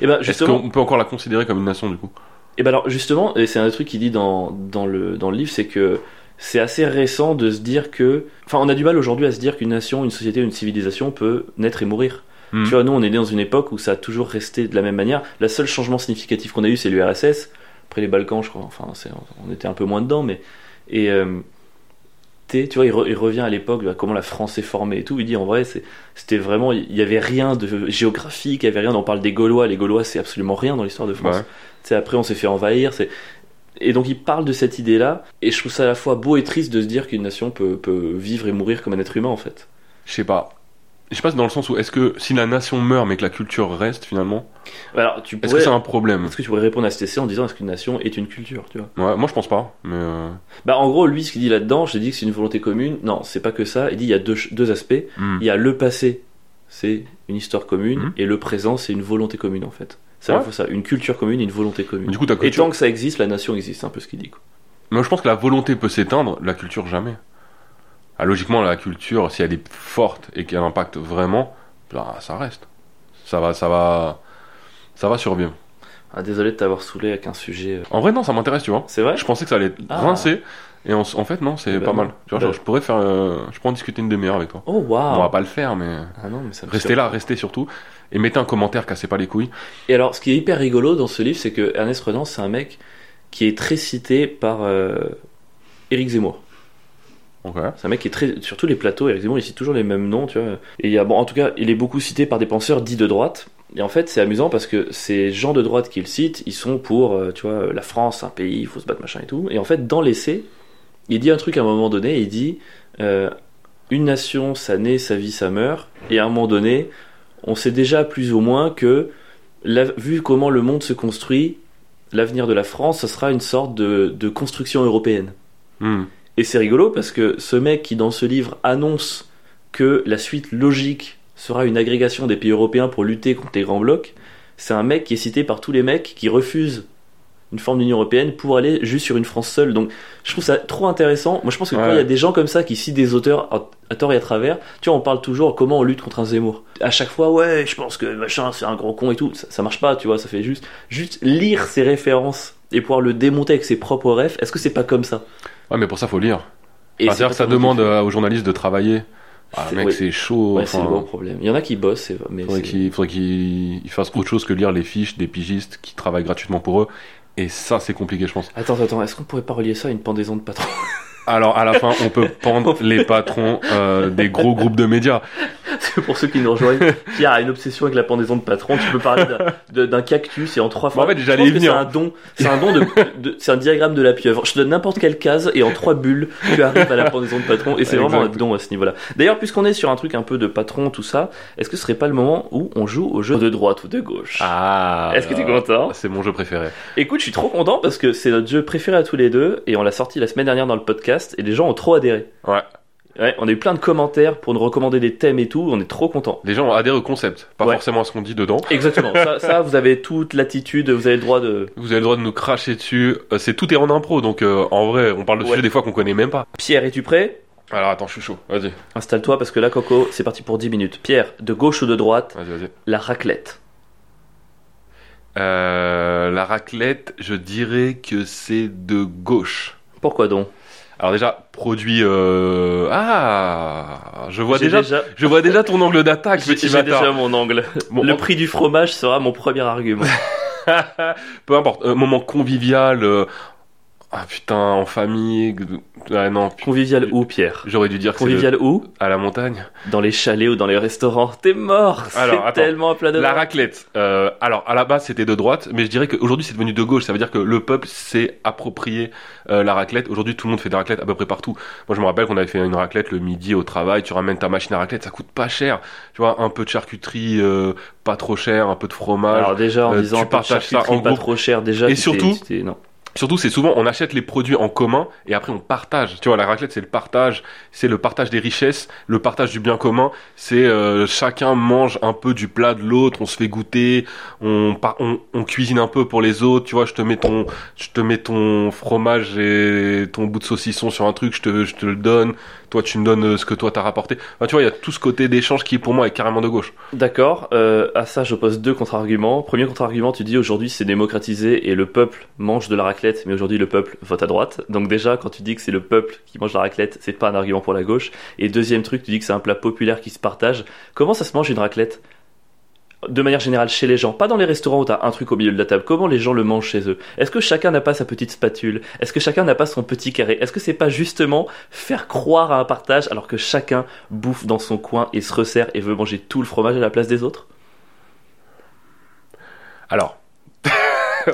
Et ben
est-ce
justement,
qu'on peut encore la considérer comme une nation du coup
Et ben alors justement, et c'est un truc qu'il dit dans, dans, le, dans le livre, c'est que c'est assez récent de se dire que... Enfin, on a du mal aujourd'hui à se dire qu'une nation, une société, une civilisation peut naître et mourir.
Hmm.
Tu vois, nous, on est né dans une époque où ça a toujours resté de la même manière. Le seul changement significatif qu'on a eu, c'est l'URSS. Après les Balkans, je crois. Enfin, c'est- on était un peu moins dedans, mais... Et... euh, t'es- tu vois, il, re- il revient à l'époque, bah, comment la France est formée et tout. Il dit en vrai, c'est- c'était vraiment, il y avait rien de géographique, il y avait rien. On parle des Gaulois, les Gaulois, c'est absolument rien dans l'histoire de France.
Ouais.
Tu sais, après, on s'est fait envahir. C'est... Et donc, il parle de cette idée-là. Et je trouve ça à la fois beau et triste de se dire qu'une nation peut, peut vivre et mourir comme un être humain, en fait.
Je sais pas. Je sais pas dans le sens où est-ce que si la nation meurt mais que la culture reste finalement,
Alors, tu
est-ce
pourrais.
que c'est un problème
est-ce que tu pourrais répondre à cet essai en disant est-ce qu'une nation est une culture, tu vois
Ouais, moi je pense pas, mais euh,
Bah en gros lui ce qu'il dit là-dedans, je t'ai dit que c'est une volonté commune. Non, c'est pas que ça. Il dit il y a deux, ch- deux aspects.
hmm.
Il y a le passé, c'est une histoire commune,
Mhm.
et le présent, c'est une volonté commune en fait. C'est à la
Ouais.
fois ça, une culture commune, et une volonté commune.
du coup ta
Et
culture.
tant que ça existe, la nation existe, c'est un peu ce qu'il dit. quoi.
Moi je pense que la volonté peut s'éteindre, la culture jamais. Ah, logiquement la culture, si elle est forte et qu'elle impacte vraiment, bah, ça reste. Ça va, ça va, ça va survivre.
Ah, désolé de t'avoir saoulé avec un sujet. euh.
En vrai non, ça m'intéresse tu vois.
C'est vrai
Je pensais que ça allait être
Ah.
rincé. Et en, en fait, non, c'est
Eh ben
pas
non.
mal. Tu vois, genre,
Bah.
je pourrais faire. euh, je pourrais en discuter une demi-heure avec toi.
Oh waouh
On va pas le faire, mais.
Ah non, mais ça me
Restez là, restez surtout. Et mettez un commentaire, cassez pas les couilles.
Et alors, ce qui est hyper rigolo dans ce livre, c'est que Ernest Renan, c'est un mec qui est très cité par euh, Éric Zemmour.
Ok.
C'est un mec qui est très. Sur tous les plateaux, Éric Zemmour, il cite toujours les mêmes noms, tu vois. Et il y a, bon, en tout cas, il est beaucoup cité par des penseurs dits de droite. Et en fait, c'est amusant parce que ces gens de droite qu'il cite, ils sont pour, euh, tu vois, la France, un pays, il faut se battre, machin et tout. Et en fait, dans l'essai, il dit un truc à un moment donné, il dit euh, Une nation, ça naît, sa vie, ça meurt. Et à un moment donné, on sait déjà plus ou moins que, la- vu comment le monde se construit, l'avenir de la France, ce sera une sorte de- de construction européenne.
Hmm.
Et c'est rigolo parce que ce mec qui dans ce livre annonce que la suite logique sera une agrégation des pays européens pour lutter contre les grands blocs, c'est un mec qui est cité par tous les mecs qui refusent une forme d'Union européenne pour aller juste sur une France seule. Donc je trouve ça trop intéressant. Moi je pense que quand
Ouais.
il y a des gens comme ça qui citent des auteurs à, à tort et à travers, tu vois, on parle toujours comment on lutte contre un Zemmour. À chaque fois, ouais, je pense que machin, c'est un gros con et tout. Ça, ça marche pas, tu vois, ça fait juste juste lire ses références et pouvoir le démonter avec ses propres refs. Est-ce que c'est pas comme ça
Ouais, mais pour ça, faut lire.
Et
Enfin, C'est-à-dire
pas
que ça
comme
demande euh, aux journalistes de travailler. Ah,
C'est-
mec,
ouais.
c'est chaud.
Ouais, c'est le
enfin,
gros problème. Il y en a qui bossent, c'est- mais
faudrait
c'est-
qu'il faudrait qu'ils ils fassent autre chose que lire les fiches des pigistes qui travaillent gratuitement pour eux. Et ça, c'est compliqué, je pense.
Attends, attends, est-ce qu'on pourrait pas relier ça à une pendaison de patron
Alors, à la fin, on peut pendre les patrons euh, des gros groupes de médias.
C'est pour ceux qui nous rejoignent. Pierre a une obsession avec la pendaison de patron. Tu peux parler d'un- de- d'un cactus et en trois
Bah, en
phrases.
fait,
Je
j'allais
pense
y
que
venir.
C'est un don. C'est un don de. de- c'est un diagramme de la pieuvre. Je te donne n'importe quelle case et en trois bulles, tu arrives à la pendaison de patron. Et c'est vraiment un
Exact.
don à ce niveau-là. D'ailleurs, puisqu'on est sur un truc un peu de patron, tout ça, est-ce que ce serait pas le moment où on joue au jeu de droite ou de gauche
Ah.
Est-ce que t'es content
C'est mon jeu préféré.
Écoute, je suis trop content parce que c'est notre jeu préféré à tous les deux et on l'a sorti la semaine dernière dans le podcast et les gens ont trop adhéré.
Ouais.
Ouais, on a eu plein de commentaires pour nous recommander des thèmes et tout, on est trop contents.
Les gens ont adhéré au concept, pas
Ouais.
forcément à ce qu'on dit dedans.
Exactement, ça, ça, vous avez toute l'attitude, vous avez le droit de...
Vous avez le droit de nous cracher dessus. Euh, C'est tout est en impro, donc euh, en vrai, on parle de
Ouais.
sujets des fois qu'on connaît même pas.
Pierre, es-tu prêt
Alors attends, je suis chaud. Vas-y,
Installe-toi parce que là, Coco, c'est parti pour 10 minutes. Pierre, de gauche ou de droite,
vas-y, vas-y.
la raclette.
Euh, la raclette, je dirais que c'est de gauche.
Pourquoi donc
Alors déjà, produit. euh, Ah, je vois
J'ai
déjà, Je vois déjà ton angle d'attaque,
j'ai-
petit
j'ai déjà
bâtard.
mon angle.
Bon,
le prix du fromage sera mon premier argument.
Peu importe. euh, moment convivial. euh, Ah putain, en famille. g- Ah non. putain,
Convivial où, Pierre
J'aurais dû dire que c'est le-
Convivial où
à la montagne.
Dans les chalets ou dans les restaurants. T'es mort
Alors,
C'est
attends.
tellement un plat de
La raclette. euh, alors, à la base, c'était de droite, mais je dirais qu'aujourd'hui, c'est devenu de gauche. Ça veut dire que le peuple s'est approprié euh, la raclette. Aujourd'hui, tout le monde fait des raclettes à peu près partout. Moi, je me rappelle qu'on avait fait une raclette le midi au travail. Tu ramènes ta machine à raclette, ça coûte pas cher. Tu vois, un peu de charcuterie, euh, pas trop cher, un peu de fromage.
Alors déjà, en
Euh,
disant
tu
un peu de
partages ça
charcuterie
en
pas
groupe.
trop cher déjà.
Et
tu t'es-
surtout-
tu t'es- non.
Surtout, c'est souvent, on achète les produits en commun et après, on partage. Tu vois, la raclette, c'est le partage. C'est le partage des richesses, le partage du bien commun. C'est euh, chacun mange un peu du plat de l'autre, on se fait goûter, on, par- on, on cuisine un peu pour les autres. Tu vois, je te mets ton, je te mets ton fromage et ton bout de saucisson sur un truc, je te, je te le donne. Toi, tu me donnes euh, ce que toi t'as rapporté. Enfin, tu vois, il y a tout ce côté d'échange qui, pour moi, est carrément de gauche.
D'accord, euh, à ça je pose deux contre-arguments. Premier contre-argument, tu dis aujourd'hui c'est démocratisé et le peuple mange de la raclette, mais aujourd'hui le peuple vote à droite. Donc déjà, quand tu dis que c'est le peuple qui mange la raclette, c'est pas un argument pour la gauche. Et deuxième truc, tu dis que c'est un plat populaire qui se partage. Comment ça se mange une raclette De manière générale chez les gens, pas dans les restaurants où t'as un truc au milieu de la table. Comment les gens le mangent chez eux Est-ce que chacun n'a pas sa petite spatule Est-ce que chacun n'a pas son petit carré Est-ce que c'est pas justement faire croire à un partage alors que chacun bouffe dans son coin et se resserre et veut manger tout le fromage à la place des autres
Alors.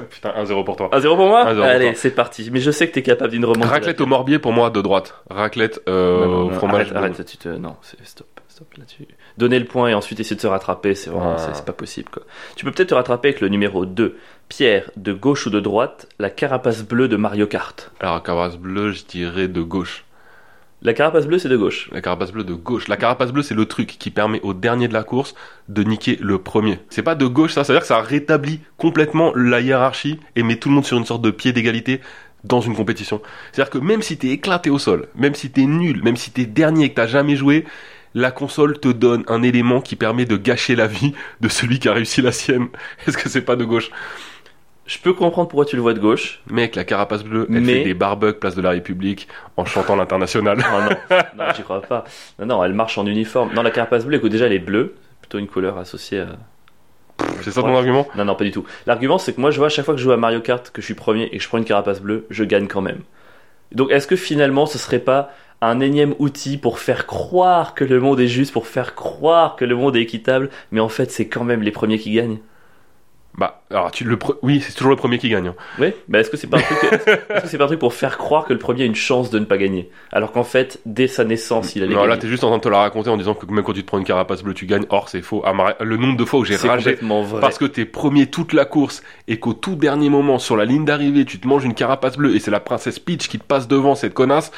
Putain, 1-0 pour toi.
Un zéro pour moi
Un zéro pour
Allez,
toi.
c'est parti. Mais je sais que t'es capable d'une remontée.
Raclette au morbier, pour moi, de droite. Raclette, euh,
Non, non, non,
au fromage.
Arrête,
de-
arrête, tu te... Non, c'est- stop, stop là-dessus. Donner le point et ensuite essayer de se rattraper, c'est vraiment...
Ouais.
c'est- C'est pas possible, quoi. Tu peux peut-être te rattraper avec le numéro 2. Pierre, de gauche ou de droite, la carapace bleue de Mario Kart.
Alors, carapace bleue, je dirais de gauche.
La carapace bleue, c'est de gauche.
La carapace bleue de gauche. La carapace bleue, c'est le truc qui permet au dernier de la course de niquer le premier. C'est pas de gauche, ça. C'est-à-dire que ça rétablit complètement la hiérarchie et met tout le monde sur une sorte de pied d'égalité dans une compétition. C'est-à-dire que même si t'es éclaté au sol, même si t'es nul, même si t'es dernier et que t'as jamais joué, la console te donne un élément qui permet de gâcher la vie de celui qui a réussi la sienne. Est-ce que c'est pas de gauche
Je peux comprendre pourquoi tu le vois de gauche.
Mec, la carapace bleue, elle
Mais-
fait des barbucks place de la République en chantant l'international.
Oh non, non, j'y crois pas. Non, non, elle marche en uniforme. Non, la carapace bleue, écoute, déjà, elle est bleue. Plutôt une couleur associée à...
C'est ça ton argument
Non, non, pas du tout. L'argument, c'est que moi, je vois à chaque fois que je joue à Mario Kart, que je suis premier et que je prends une carapace bleue, je gagne quand même. Donc, est-ce que finalement, ce serait pas un énième outil pour faire croire que le monde est juste, pour faire croire que le monde est équitable, mais en fait, c'est quand même les premiers qui gagnent
Bah, alors tu le pre- oui, c'est toujours le premier qui gagne. hein.
Oui, bah est-ce que c'est pas un truc, est-ce que c'est pas un truc pour faire croire que le premier a une chance de ne pas gagner, alors qu'en fait, dès sa naissance, il a les
Non, là
gagner.
t'es juste en train de te la raconter en disant que même quand tu te prends une carapace bleue, tu gagnes. Or, c'est faux. Ah, Mar- Le nombre de fois où j'ai
C'est
ragé
complètement vrai.
parce que t'es premier toute la course et qu'au tout dernier moment sur la ligne d'arrivée, tu te manges une carapace bleue et c'est la princesse Peach qui te passe devant cette connasse.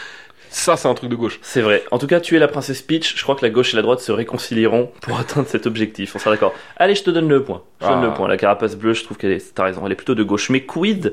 Ça, c'est un truc de gauche.
C'est vrai. En tout cas, tu es la princesse Peach. Je crois que la gauche et la droite se réconcilieront pour atteindre cet objectif. On sera d'accord. Allez, je te donne le point. Je te donne
Ah.
le point. La carapace bleue, je trouve qu'elle est. T'as raison. Elle est plutôt de gauche. Mais quid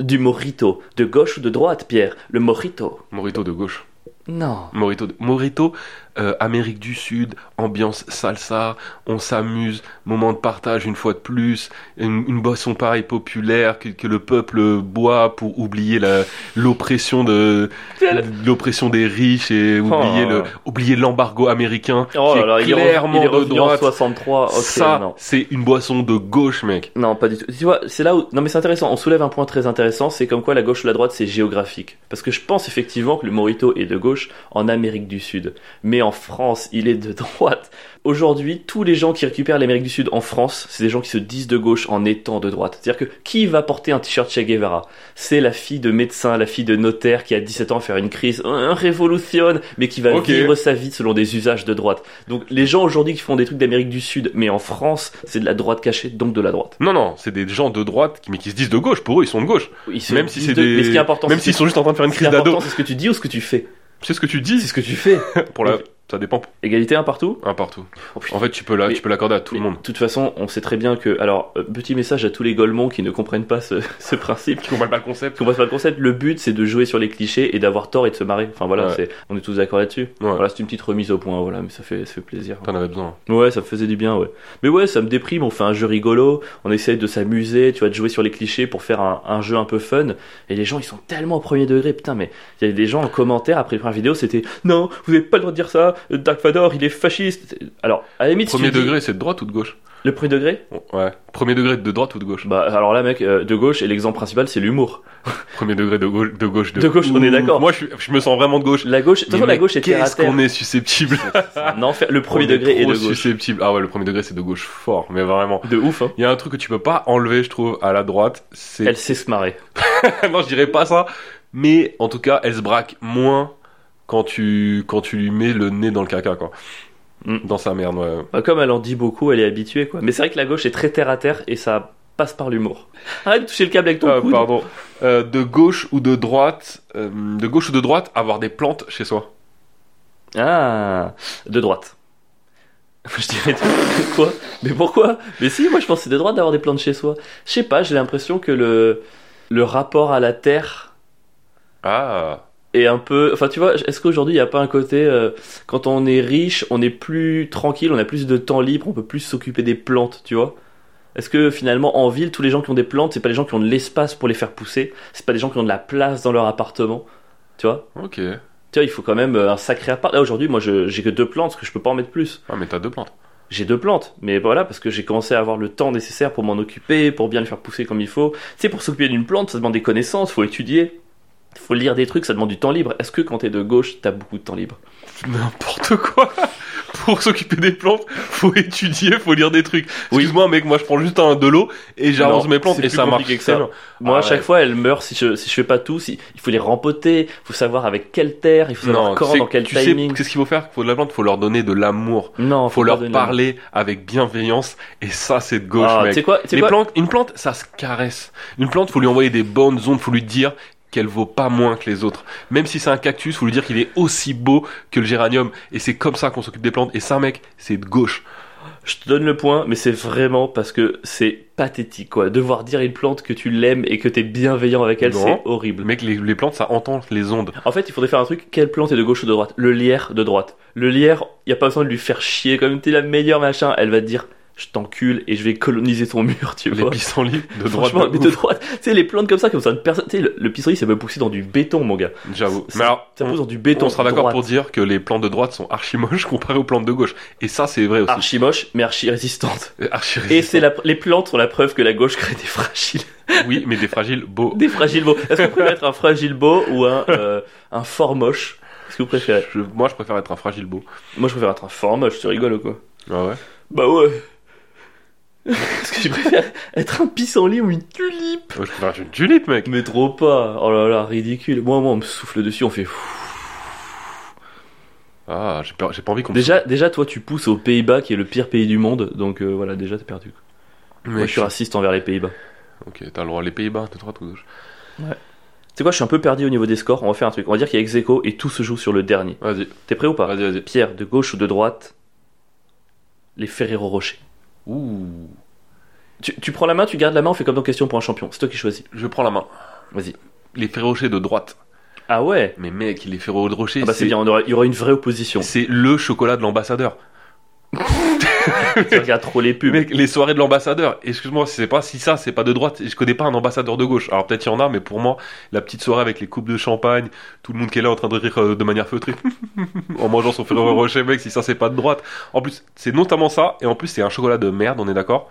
Du morito. De gauche ou de droite, Pierre Le morito.
Morito de gauche.
Non.
Morito, de- Morito euh, Amérique du Sud, ambiance salsa, on s'amuse, moment de partage une fois de plus, une, une boisson pareille populaire que, que le peuple boit pour oublier la- l'oppression de
Quel-
l'oppression des riches et oublier le oublier l'embargo américain
Oh
qui
là là,
est
il est revenu-
clairement
il est
de
revenu en
droite.
63. ok,
Ça,
non.
c'est une boisson de gauche, mec.
Non, pas du tout. Tu vois, c'est là où. Non, mais c'est intéressant. On soulève un point très intéressant. C'est comme quoi la gauche ou la droite, c'est géographique. Parce que je pense effectivement que le Morito est de gauche en Amérique du Sud. Mais en France, il est de droite. Aujourd'hui, tous les gens qui récupèrent l'Amérique du Sud en France, c'est des gens qui se disent de gauche en étant de droite. C'est-à-dire que qui va porter un t-shirt Che Guevara C'est la fille de médecin, la fille de notaire qui a 17 ans à faire une crise, un révolutionne, mais qui va
Ok.
vivre sa vie selon des usages de droite. Donc les gens aujourd'hui qui font des trucs d'Amérique du Sud, mais en France, c'est de la droite cachée, donc de la droite.
Non, non, c'est des gens de droite, qui- mais qui se disent de gauche. Pour eux, ils sont de gauche.
Ils se
Même
disent
si c'est
de-
des,
Mais ce qui est important,
même
c'est
s'ils
ce
sont juste en train de faire une
qui- ce qui est
crise d'ado.
important, c'est ce que tu dis ou ce que tu fais.
C'est ce que tu dis.
C'est ce que tu fais.
Pour la, ça dépend.
Égalité un partout.
Un partout.
Oh, putain.
En fait, tu peux la-
Mais-
tu peux l'accorder à tout le
Mais
monde.
De toute façon, on sait très bien que. Alors, euh, petit message à tous les golemons qui ne comprennent pas ce, ce principe.
Tu comprends pas le concept
Qu'on passe pas le concept, le but c'est de jouer sur les clichés et d'avoir tort et de se marrer. Enfin voilà,
Ouais.
c'est, on est tous d'accord là-dessus.
Ouais.
Voilà, c'est une petite remise au point, voilà, mais ça fait, ça fait plaisir.
T'en avais besoin.
Ouais, ça me faisait du bien, ouais. Mais ouais, ça me déprime, on fait un jeu rigolo, on essaye de s'amuser, tu vois, de jouer sur les clichés pour faire un, un jeu un peu fun. Et les gens, ils sont tellement au premier degré, putain, mais il y a des gens en commentaire après la première vidéo, c'était Non, vous n'avez pas le droit de dire ça, Dark Vador, il est fasciste. Alors, à la limite, si
Premier
tu dis-
degré, c'est de droite ou de gauche
le premier degré
Ouais. Premier degré de droite ou de gauche
Bah, alors là, mec, euh, de gauche, et l'exemple principal, c'est l'humour.
Premier degré de gauche. De gauche,
De gauche, on est d'accord.
Moi, je, suis- je me sens vraiment de gauche.
La gauche, de toute façon,
Mais
la gauche est terre à
Qu'est-ce
terre.
qu'on est susceptible
C'est un enfer. Le premier
On est
degré est
trop
de gauche.
susceptible. Ah ouais, le premier degré, c'est de gauche fort, mais vraiment.
De ouf, hein.
Il y a un truc que tu peux pas enlever, je trouve, à la droite. C'est.
Elle sait se marrer.
non, je dirais pas ça. Mais en tout cas, elle se braque moins quand tu, quand tu lui mets le nez dans le caca, quoi.
Mm.
Dans sa merde, ouais.
Bah, Comme elle en dit beaucoup, elle est habituée quoi. Mais c'est vrai que la gauche est très terre à terre et ça passe par l'humour. Arrête de toucher le câble avec ton
Ah,
coude.
pardon. Euh, de gauche ou de droite, euh, de gauche ou de droite, avoir des plantes chez soi.
Ah, de droite. je dirais de- quoi Mais pourquoi Mais si, moi je pense que c'est de droite d'avoir des plantes chez soi. Je sais pas, j'ai l'impression que le le rapport à la terre
Ah.
est un peu. Enfin, tu vois, est-ce qu'aujourd'hui il n'y a pas un côté euh, quand on est riche, on est plus tranquille, on a plus de temps libre, on peut plus s'occuper des plantes, tu vois Est-ce que finalement en ville, tous les gens qui ont des plantes, c'est pas les gens qui ont de l'espace pour les faire pousser, c'est pas des gens qui ont de la place dans leur appartement, tu vois
Ok.
Tu vois, il faut quand même euh, un sacré appart. Là aujourd'hui, moi, je- j'ai que deux plantes parce que je peux pas en mettre plus.
Ah, mais t'as deux plantes.
J'ai deux plantes, mais voilà, parce que j'ai commencé à avoir le temps nécessaire pour m'en occuper, pour bien les faire pousser comme il faut. Tu sais, pour s'occuper d'une plante, ça demande des connaissances, faut étudier, faut lire des trucs, ça demande du temps libre. Est-ce que quand t'es de gauche, t'as beaucoup de temps libre
Ah N'importe quoi. Pour s'occuper des plantes, faut étudier, faut lire des trucs. Excuse-moi, mec, moi je prends juste un de l'eau et j'arrose
Non,
mes plantes
c'est
et
plus
ça marche.
compliqué que ça.
très bien.
Moi,
Ah
à chaque
ouais.
fois, elle meurt si je, si je fais pas tout. Si, il faut les rempoter, il faut savoir avec quelle terre, il faut savoir
Non, tu
quand,
sais,
dans quel
tu sais,
timing.
qu'est-ce qu'il faut faire Faut de la plante, faut leur donner de l'amour.
non,
Faut, leur
pas donner-
parler avec bienveillance et ça c'est de gauche,
Ah, tu
mec.
sais quoi, tu sais
Les
quoi
plantes, une plante, ça se caresse. Une plante, faut lui envoyer des bonnes ondes, faut lui dire qu'elle vaut pas moins que les autres. Même si c'est un cactus, faut lui dire qu'il est aussi beau que le géranium. Et c'est comme ça qu'on s'occupe des plantes. Et ça, mec, c'est de gauche.
Je te donne le point, mais c'est vraiment parce que c'est pathétique, quoi. Devoir dire à une plante que tu l'aimes et que t'es bienveillant avec elle,
Non.
c'est
Le
horrible.
Mec, les, les plantes, ça entend les ondes.
En fait, il faudrait faire un truc. Quelle plante est de gauche ou de droite Le lierre de droite. Le lierre, y a pas besoin de lui faire chier. Comme t'es la meilleure machin, elle va te dire, je t'encule et je vais coloniser ton mur, tu
Les
vois.
pissenlits de droite.
Franchement,
de
mais de
ouf,
droite, tu sais, les plantes comme ça, comme ça, une personne, tu sais, le, le pissenlit, ça peut pousser dans du béton, mon gars.
J'avoue.
Ça-
Mais alors,
ça pousse
on,
dans du béton.
Mm. on sera d'accord
droite.
pour dire que les plantes de droite sont archi moches comparées aux plantes de gauche. Et ça, c'est vrai aussi. Euh,
Archi moche, mais archi résistante.
Archi
Et c'est la, les plantes sont la preuve que la gauche crée des fragiles,
Oui, mais des fragiles, beaux.
des fragiles beaux. Est-ce que vous préférez être un fragile beau ou un, euh, un fort moche Qu'est-ce que vous préférez
Je- moi, je préfère être un fragile beau.
Moi, je préfère être un fort moche, tu rigoles ou quoi
Ah ouais.
Bah ouais. Est-ce que tu préfères être un pissenlit ou une tulipe
Ouais, Je préfère être une tulipe, mec.
Mais trop pas. Oh là là, ridicule. Moi, moi, on me souffle dessus, on fait.
Ah, j'ai peur- j'ai pas envie qu'on me
Déjà, déjà, toi, tu pousses aux Pays-Bas, qui est le pire pays du monde, donc euh, voilà, déjà, t'es perdu. quoi.
Mais
Moi, je suis raciste envers les Pays-Bas.
Ok, t'as le droit. Les Pays-Bas, de droite ou de gauche
Tu sais quoi, je suis un peu perdu au niveau des scores. On va faire un truc. On va dire qu'il y a ex aequo et tout se joue sur le dernier.
Vas-y,
T'es prêt ou pas
vas-y, vas-y.
Pierre, de gauche ou de droite Les Ferrero Rocher.
Ouh.
Tu, tu prends la main, tu gardes la main, on fait comme dans Question pour un champion. C'est toi qui choisis.
Je prends la main.
Vas-y.
Les ferrochers de droite.
Ah ouais
Mais mec, les ferrochers,
Ah bah c'est
c'est
bien, on aura- il y aura une vraie opposition.
c'est le chocolat de l'ambassadeur.
Tu regardes trop les pubs.
Mec, les soirées de l'ambassadeur. Excuse-moi, c'est pas si ça, c'est pas de droite. Je connais pas un ambassadeur de gauche. Alors peut-être il y en a, mais pour moi, la petite soirée avec les coupes de champagne, tout le monde qui est là en train de rire euh, de manière feutrée, en mangeant son ferrero rocher, mec, si ça c'est pas de droite. En plus, c'est notamment ça, et en plus c'est un chocolat de merde, on est d'accord,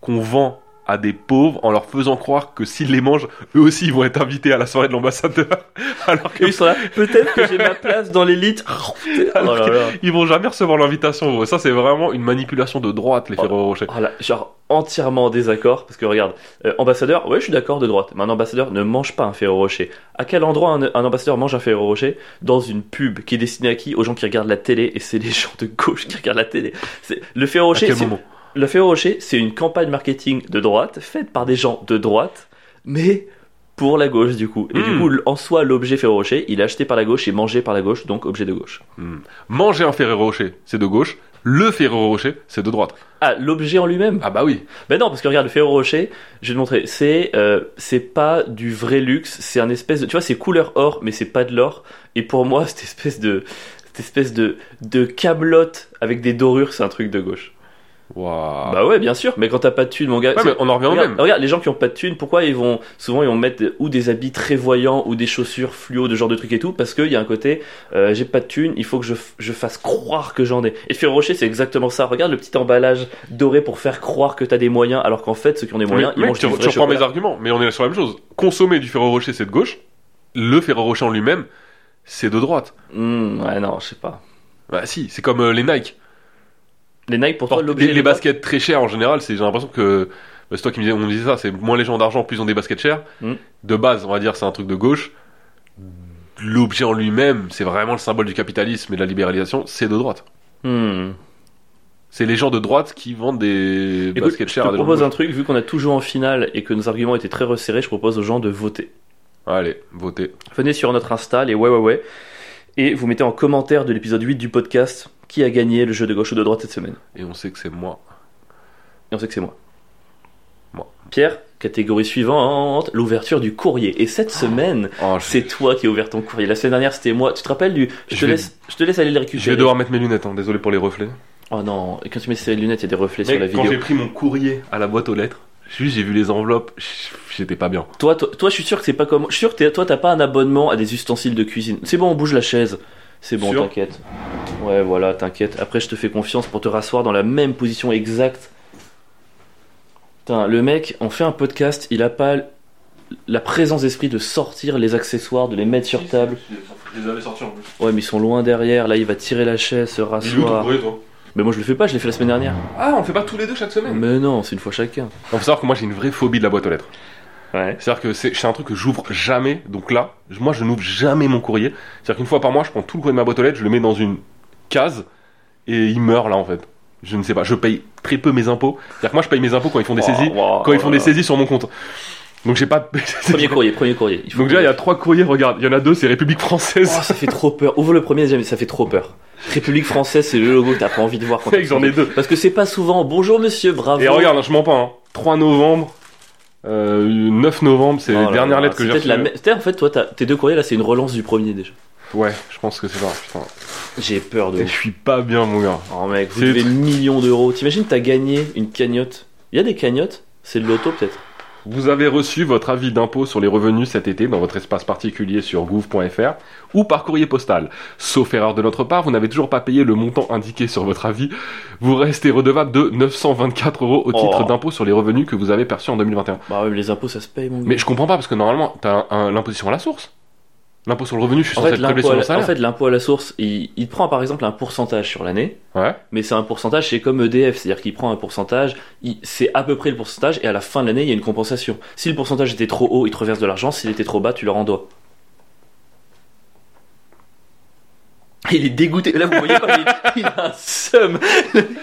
qu'on vend à des pauvres en leur faisant croire que s'ils les mangent, eux aussi ils vont être invités à la soirée de l'ambassadeur, alors
Et
que Ah,
ils sont là, peut-être que j'ai ma place dans l'élite. Oh là là.
ils vont jamais recevoir l'invitation. gros. Ça c'est vraiment une manipulation de droite, les ferrero rocher.
Oh là, genre entièrement en désaccord, parce que regarde, euh, ambassadeur, ouais je suis d'accord de droite, mais un ambassadeur ne mange pas un ferro rocher. À quel endroit un, un ambassadeur mange un ferro rocher Dans une pub qui est destinée à qui Aux gens qui regardent la télé, et c'est les gens de gauche qui regardent la télé. C'est- Le ferro
À
rocher,
quel
c'est-
moment
le Ferrero Rocher, c'est une campagne marketing de droite, faite par des gens de droite, mais pour la gauche du coup. Et
Mm.
du coup, en soi, l'objet Ferrero Rocher, il est acheté par la gauche et mangé par la gauche, donc objet de gauche.
Hmm. Manger un Ferrero Rocher, c'est de gauche. Le Ferrero Rocher, c'est de droite.
Ah, l'objet en lui-même
Ah bah oui.
Ben non, parce que regarde, le Ferrero Rocher, je vais te montrer, c'est euh, c'est pas du vrai luxe, c'est un espèce de... Tu vois, c'est couleur or, mais c'est pas de l'or. Et pour moi, cette espèce de... Cette espèce de, de camelote avec des dorures, c'est un truc de gauche.
Waouh.
Bah ouais, bien sûr, mais quand t'as pas de thunes, mon gars...
Ah. Ouais, mais on en revient au
Regarde, hein,
même.
regarde, les gens qui ont pas de thunes, pourquoi ils vont souvent ils vont mettre ou des habits très voyants ou des chaussures fluo de genre de trucs et tout parce qu'il y a un côté euh, j'ai pas de thunes, il faut que je, f- je fasse croire que j'en ai. Et Ferrero Rocher c'est exactement ça. Regarde le petit emballage doré pour faire croire que t'as des moyens alors qu'en fait ceux qui ont des moyens ils
Mais- mec,
mangent
tu,
du
tu
vrai
reprends
chocolat.
mes arguments, mais on est sur la même chose. Consommer du Ferrero Rocher, c'est de gauche. Le Ferrero Rocher en lui-même, c'est de droite.
Hmm, ouais non je sais pas.
Bah si, c'est comme euh, les Nike.
Les Nike pour toi
Porte-
l'objet
les, les
de-
baskets très chères en général, c'est j'ai l'impression que bah, c'est toi qui me disais, on me disait ça, c'est moins les gens d'argent, plus ils ont des baskets chères.
Hmm.
De base, on va dire, c'est un truc de gauche. L'objet en lui-même, c'est vraiment le symbole du capitalisme et de la libéralisation, c'est de droite.
Hmm.
C'est les gens de droite qui vendent des
Écoute,
baskets
Je
chères à
te
des gens de
propose un
gauche.
truc vu qu'on a tout joué en finale et que nos arguments étaient très resserrés, je propose aux gens de voter.
Allez, votez.
Venez sur notre Insta, les ouais ouais ouais, et vous mettez en commentaire de l'épisode 8 du podcast qui a gagné le jeu de gauche ou de droite cette semaine.
Et on sait que c'est moi.
Et on sait que c'est moi.
Moi.
Pierre, catégorie suivante, l'ouverture du courrier. Et cette semaine,
Oh, je,
c'est toi qui as ouvert ton courrier. La semaine dernière, c'était moi. Tu te rappelles du. Je,
Je
te,
vais-
laisse, je te laisse aller le récupérer.
je vais devoir mettre mes lunettes, hein, désolé pour les reflets.
Oh non, et quand tu mets ces lunettes, il y a des reflets sur la
Mec, quand j'ai
vidéo.
pris mon courrier à la boîte aux lettres, juste j'ai vu les enveloppes, je- j'étais pas bien.
Toi, toi, toi, je suis sûr que c'est pas comme. Je suis sûr que t'es- toi, t'as pas un abonnement à des ustensiles de cuisine. C'est bon, on bouge la chaise. C'est bon,
Sûr
t'inquiète. Ouais, voilà, t'inquiète. Après, je te fais confiance pour te rasseoir dans la même position exacte. Putain, le mec, on fait un podcast, il a pas la présence d'esprit de sortir les accessoires, de les mettre sur table.
Je les avais sortis en plus.
Ouais, mais ils sont loin derrière. Là, il va tirer la chaise, se rasseoir.
toi
Mais moi, je le fais pas, je l'ai fait la semaine dernière.
Ah, on le fait pas tous les deux chaque semaine
Mais non, c'est une fois chacun.
On faut savoir que moi j'ai une vraie phobie de la boîte aux lettres.
Ouais.
C'est-à-dire que c'est c'est un truc que j'ouvre jamais, donc là, je- moi je n'ouvre jamais mon courrier. C'est-à-dire qu'une fois par mois, je prends tout le courrier de ma boîte aux lettres, je le mets dans une case, et il meurt là en fait. Je ne sais pas, je paye très peu mes impôts. C'est-à-dire que moi je paye mes impôts quand ils font des saisies. quand ils font des saisies sur mon compte. Donc j'ai pas. de-
Premier courrier, premier courrier. Il faut
Donc déjà il y a trois courriers. Regarde, il y en a deux, c'est République française.
Oh, ça fait trop peur. Ouvre le premier, deuxième, ça fait trop peur. République française, c'est le logo que t'as pas envie de voir quand
Mec, j'en ai deux.
Parce que c'est pas souvent. Bonjour monsieur, bravo.
Et regarde, hein, je mens pas. hein. 3 novembre, euh, 9 novembre, c'est
Oh
les
là
dernières
là,
lettres que
c'est
j'ai
peut-être
reçues.
la même- peut-être, en fait, toi, t'as- tes deux courriers là, c'est une relance du premier déjà.
Ouais, je pense que c'est ça. Putain.
J'ai peur de.
Je suis pas bien, mon gars.
Oh mec, vous
C'est-
devez millions d'euros. T'imagines, t'as gagné une cagnotte. Il y a des cagnottes C'est de l'auto peut-être.
Vous avez reçu votre avis d'impôt sur les revenus cet été dans votre espace particulier sur gouv.fr ou par courrier postal. Sauf erreur de notre part, vous n'avez toujours pas payé le montant indiqué sur votre avis. Vous restez redevable de 924 euros au titre
Oh.
d'impôt sur les revenus que vous avez perçus en 2021.
Bah ouais, mais les impôts, ça se paye, mon gars.
Mais je comprends pas parce que normalement, t'as un- un- l'imposition à la source. L'impôt sur le revenu, je suis
En fait,
censé être prélevé
l'impôt
sur
à
mon
la- en
salaire.
fait, l'impôt à la source, il, il prend par exemple un pourcentage sur l'année,
Ouais.
mais c'est un pourcentage, c'est comme EDF, c'est-à-dire qu'il prend un pourcentage, il- c'est à peu près le pourcentage, et à la fin de l'année, il y a une compensation. Si le pourcentage était trop haut, il te reverse de l'argent, s'il était trop bas, tu leur en dois. Il est dégoûté. Là, vous voyez pas, il, il a un seum.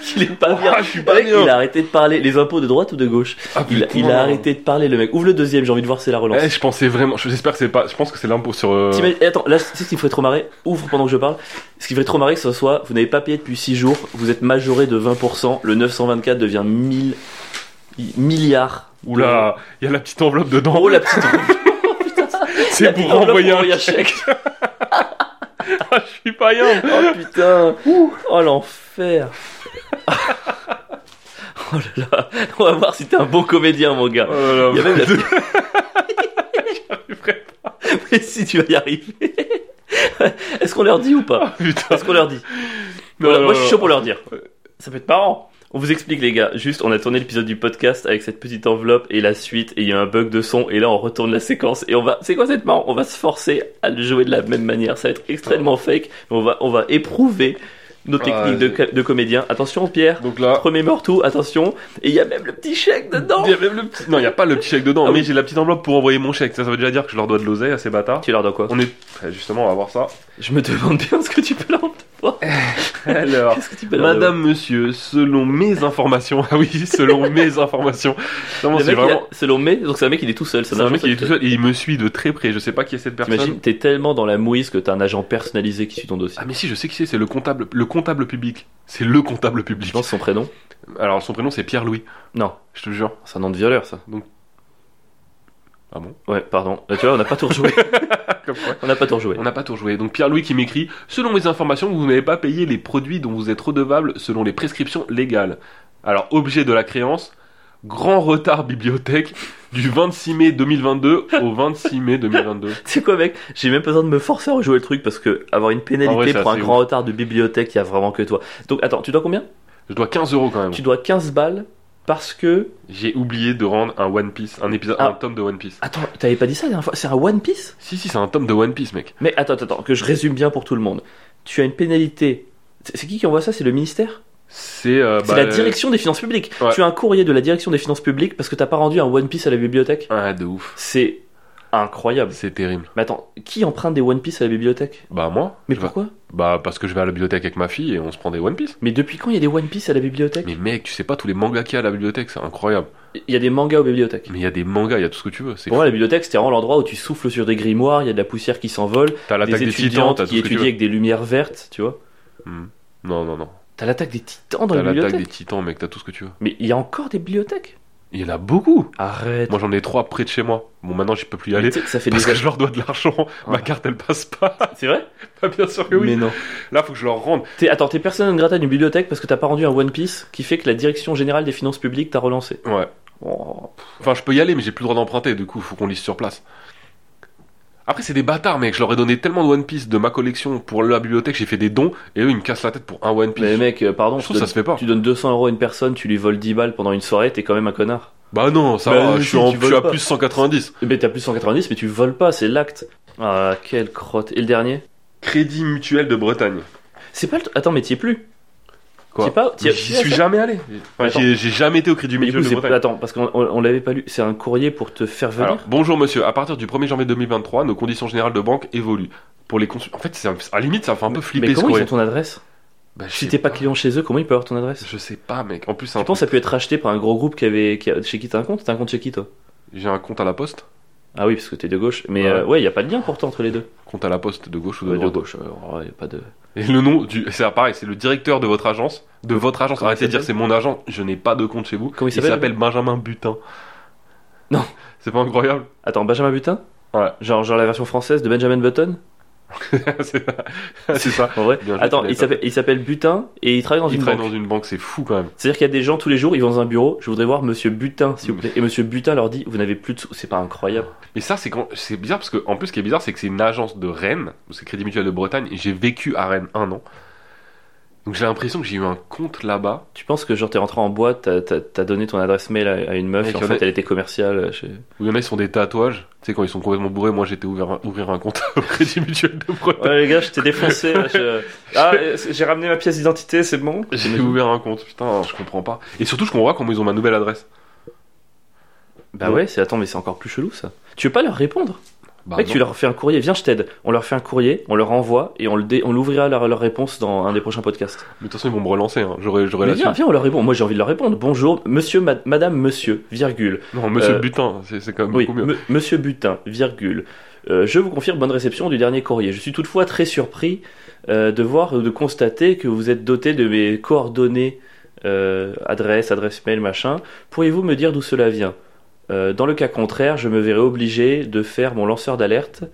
Il est pas bien.
Ah, je suis pas
Le mec,
bien.
il a arrêté de parler. Les impôts de droite ou de gauche
Ah,
il, a-
putain.
il a arrêté de parler, le mec. Ouvre le deuxième, j'ai envie de voir, c'est la relance.
Eh, je pensais vraiment. je- J'espère que c'est pas. Je pense que c'est l'impôt sur. euh,
T'imagines- et attends, là, tu sais ce qui me ferait trop marrer Ouvre pendant que je parle. Ce qui me ferait trop marrer, que ce soit, vous n'avez pas payé depuis 6 jours, vous êtes majoré de 20%, le 924 devient 1000 milliards.
Oula, il y a la petite enveloppe dedans.
Oh, En haut, la petite.
C'est pour renvoyer un chèque. Ah, je suis pas rien.
Oh putain Oh l'enfer Oh là là On va voir si t'es un bon comédien, mon gars.
Oh là là.
Il y a même la-
J'arriverai pas.
Mais si tu vas y arriver. Est-ce qu'on leur dit ou pas
Putain.
Est-ce qu'on leur dit
Non,
Voilà,
non,
Moi, je suis
non.
chaud pour leur dire. Ça peut être marrant. On vous explique, les gars. Juste, on a tourné l'épisode du podcast avec cette petite enveloppe et la suite, et il y a un bug de son, et là, on retourne la séquence, et on va. C'est quoi cette marrant On va se forcer à le jouer de la même manière. Ça va être extrêmement fake, mais on va, on va éprouver nos
Ah,
techniques de, ca- de comédien. Attention, Pierre.
Donc là.
Premier mort tout, attention. Et il y a même le petit chèque dedans.
Il y a même le petit... Non, il n'y a pas le petit chèque dedans,
Ah
mais
oui.
j'ai la petite enveloppe pour envoyer mon chèque. Ça, ça veut déjà dire que je leur dois de l'oseille à ces bâtards.
Tu leur donnes quoi
On est. Eh, Justement, on va voir ça.
Je me demande bien ce que tu peux leur donner.
Alors.
Qu'est-ce que tu peux leur donner
Madame, monsieur, selon mes informations. Ah oui, selon mes informations. Non,
Le
c'est
mec, il a-
vraiment.
selon May, donc c'est un mec, il est tout seul.
C'est un mec qui est tout seul et il me suit de très près. Je sais pas qui est cette personne.
T'imagines, t'es tellement dans la mouise que t'as un agent personnalisé qui suit ton dossier.
Ah mais si, je sais qui c'est, c'est le comptable, le comptable public. C'est le comptable public.
Je pense son prénom.
Alors son prénom c'est Pierre Louis.
Non,
Je te jure.
c'est un nom de violeur, ça.
Ah bon
Ouais, pardon. Là, tu vois, on n'a pas tout rejoué. on n'a pas tout rejoué.
On n'a pas tout joué. Donc Pierre Louis qui m'écrit selon mes informations, vous n'avez pas payé les produits dont vous êtes redevable selon les prescriptions légales. Alors objet de la créance, grand retard bibliothèque du 26 mai 2022 au 26 mai 2022.
C'est quoi, mec J'ai même pas besoin de me forcer à rejouer le truc parce que avoir une pénalité
En vrai, c'est
pour un
assez
grand retard de bibliothèque, il y a vraiment que toi. Donc, attends, tu dois combien
Je dois 15 euros quand même.
Tu dois 15 balles parce que.
J'ai oublié de rendre un One Piece, un épisode,
Ah.
un tome de One Piece.
Attends, t'avais pas dit ça la dernière fois C'est un One Piece
Si si, c'est un tome de One Piece, mec.
Mais attends, attends, attends, que je résume bien pour tout le monde. Tu as une pénalité. C'est c'est qui qui envoie ça C'est le ministère
C'est euh,
C'est
bah,
la
euh,
direction des finances publiques.
ouais.
Tu as un courrier de la direction des finances publiques parce que t'as pas rendu un One Piece à la bibliothèque.
Ah de ouf.
C'est incroyable.
C'est terrible.
Mais attends, qui emprunte des One Piece à la bibliothèque
Bah moi
Mais
je vais-
pourquoi
Bah parce que je vais à la bibliothèque avec ma fille et on se prend des One Piece.
Mais depuis quand il y a des One Piece à la bibliothèque
Mais mec, tu sais pas tous les mangas qu'il y a à la bibliothèque, c'est incroyable.
Il y a des mangas aux bibliothèques.
Mais il y a des mangas, il y a tout ce que tu veux. C'est
Pour moi, la bibliothèque, c'était vraiment l'endroit où tu souffles sur des grimoires, il y a de la poussière qui s'envole,
t'as l'attaque
des
des, titans,
étudiantes
t'as tout
qui
ce que tu
étudient
veux.
avec des lumières vertes, tu vois.
Hmm. Non non non.
T'as l'attaque des titans dans
T'as
la
l'attaque des
bibliothèque.
titans, mec, t'as tout ce que tu veux.
Mais il y a encore des bibliothèques
Il y en a beaucoup.
Arrête.
Moi j'en ai trois près de chez moi. Bon maintenant j'y peux plus y aller.
Tu sais que ça fait
Parce
des
que je leur dois de l'argent, ma
Voilà.
carte elle passe pas.
C'est vrai
Bah, bien sûr que oui.
Mais non.
Là faut que je leur rende.
T'es- attends, t'es personne non grata d'une bibliothèque parce que t'as pas rendu un One Piece qui fait que la direction générale des finances publiques t'a relancé.
Ouais.
Oh,
Enfin je peux y aller mais j'ai plus le droit d'emprunter. Du coup faut qu'on lise sur place. Après c'est des bâtards mec. Je leur ai donné tellement de One Piece de ma collection pour la bibliothèque. J'ai fait des dons et eux ils me cassent la tête pour un One Piece.
mais mec, euh, pardon,
je
tu
trouve que ça
donnes,
se fait pas.
tu donnes 200 euros à une personne, tu lui voles 10 balles pendant une soirée, t'es quand même un connard.
Bah non, ça
Bah,
va,
si,
je suis, en,
tu
je suis
voles
à
pas.
plus 190.
Mais t'as plus 190, mais tu voles pas, c'est l'acte. Ah, quelle crotte. Et le dernier
Crédit mutuel de Bretagne.
C'est pas le. Attends, mais t'y es plus.
Quoi
T'y es pas. t'y
Mais
es-
J'y suis jamais allé. Enfin,
Attends.
j'ai j'ai jamais été au Crédit
Mais du
mutuel
coup,
de
c'est-
Bretagne.
attends, parce qu'on on- on l'avait pas lu. C'est un courrier pour te faire venir.
Alors, bonjour monsieur, à partir du 1er janvier 2023, nos conditions générales de banque évoluent. Pour les consul... En fait, c'est un- à la limite, ça fait un peu flipper
mais
ce
comment ils
courrier.
ont ton adresse
Bah, je
Si
sais
t'es pas
pas.
client chez eux, comment ils peuvent avoir ton adresse
Je sais pas, mec. En plus, c'est
Je
un...
pense que ça peut être racheté par un gros groupe qui avait. qui a- Chez qui t'as un compte T'as un compte chez qui toi
j'ai un compte à la poste.
Ah oui, parce que t'es de gauche. Mais
Ouais.
euh, ouais, il y a pas de lien pourtant entre les deux.
Compte à la poste de gauche ou de
Ouais, de
droite.
gauche, euh, ouais, y a pas de.
Et le nom du. C'est pareil, c'est le directeur de votre agence. De votre agence.
Comment
Arrêtez de
il
dire
s'appelle
c'est mon agent, je n'ai pas de compte chez vous.
Comment il
il
s'appelle
s'appelle Benjamin Butin.
Non.
C'est pas incroyable
Attends, Benjamin Butin
Ouais.
Genre, genre la version française de Benjamin Button
C'est c'est ça.
En vrai
Bien joué,
Attends,
tu l'avais
il
pas.
s'appelle- il s'appelle Butin et il travaille dans
Il
une
travaille
banque.
dans une banque, c'est fou quand même.
C'est-à-dire qu'il y a des gens tous les jours, ils vont dans un bureau, je voudrais voir monsieur Butin, s'il
Mm.
vous plaît. Et monsieur Butin leur dit, vous n'avez plus de sous. C'est pas incroyable.
Mais ça, c'est quand... c'est bizarre parce que, en plus, ce qui est bizarre, c'est que c'est une agence de Rennes, ou c'est Crédit Mutuel de Bretagne, et j'ai vécu à Rennes un an. Donc j'ai l'impression que j'ai eu un compte là-bas.
Tu penses que genre t'es rentré en boîte, t'as- t'as t'as donné ton adresse mail à, à une meuf
Mec,
et en
on
fait
est-
elle était commerciale euh, chez...
Où il y en a, ils sont des tatouages. Tu sais, quand ils sont complètement bourrés, moi j'étais ouvert un- ouvrir un compte au Crédit Mutuel de Bretagne.
Ouais les gars, je t'ai défoncé. là, je- Ah, euh, j'ai ramené ma pièce d'identité, c'est bon
J'ai ouvert un compte, putain, je comprends pas. Et surtout, je comprends pas comment ils ont ma nouvelle adresse.
Bah ouais, c'est attends, mais c'est encore plus chelou ça. Tu veux pas leur répondre
Bah,
Mec,
non.
tu leur fais un courrier, viens, je t'aide. On leur fait un courrier, on leur envoie et on, le dé- on l'ouvrira leur, leur réponse dans un des prochains podcasts.
Mais de toute façon, ils vont me relancer. hein. J'aurais j'aurais
Mais
la
viens,
suite.
viens, on leur répond. Moi, j'ai envie de leur répondre. Bonjour, monsieur, ma- madame, monsieur, virgule.
Non, monsieur
Euh,
Butin, c'est c'est quand même
Oui,
beaucoup mieux.
me- monsieur Butin, virgule. Euh, je vous confirme bonne réception du dernier courrier. Je suis toutefois très surpris euh, de voir, de constater que vous êtes doté de mes coordonnées, euh, adresse, adresse mail, machin. Pourriez-vous me dire d'où cela vient Euh, dans le cas contraire, je me verrai obligé de faire mon lanceur d'alerte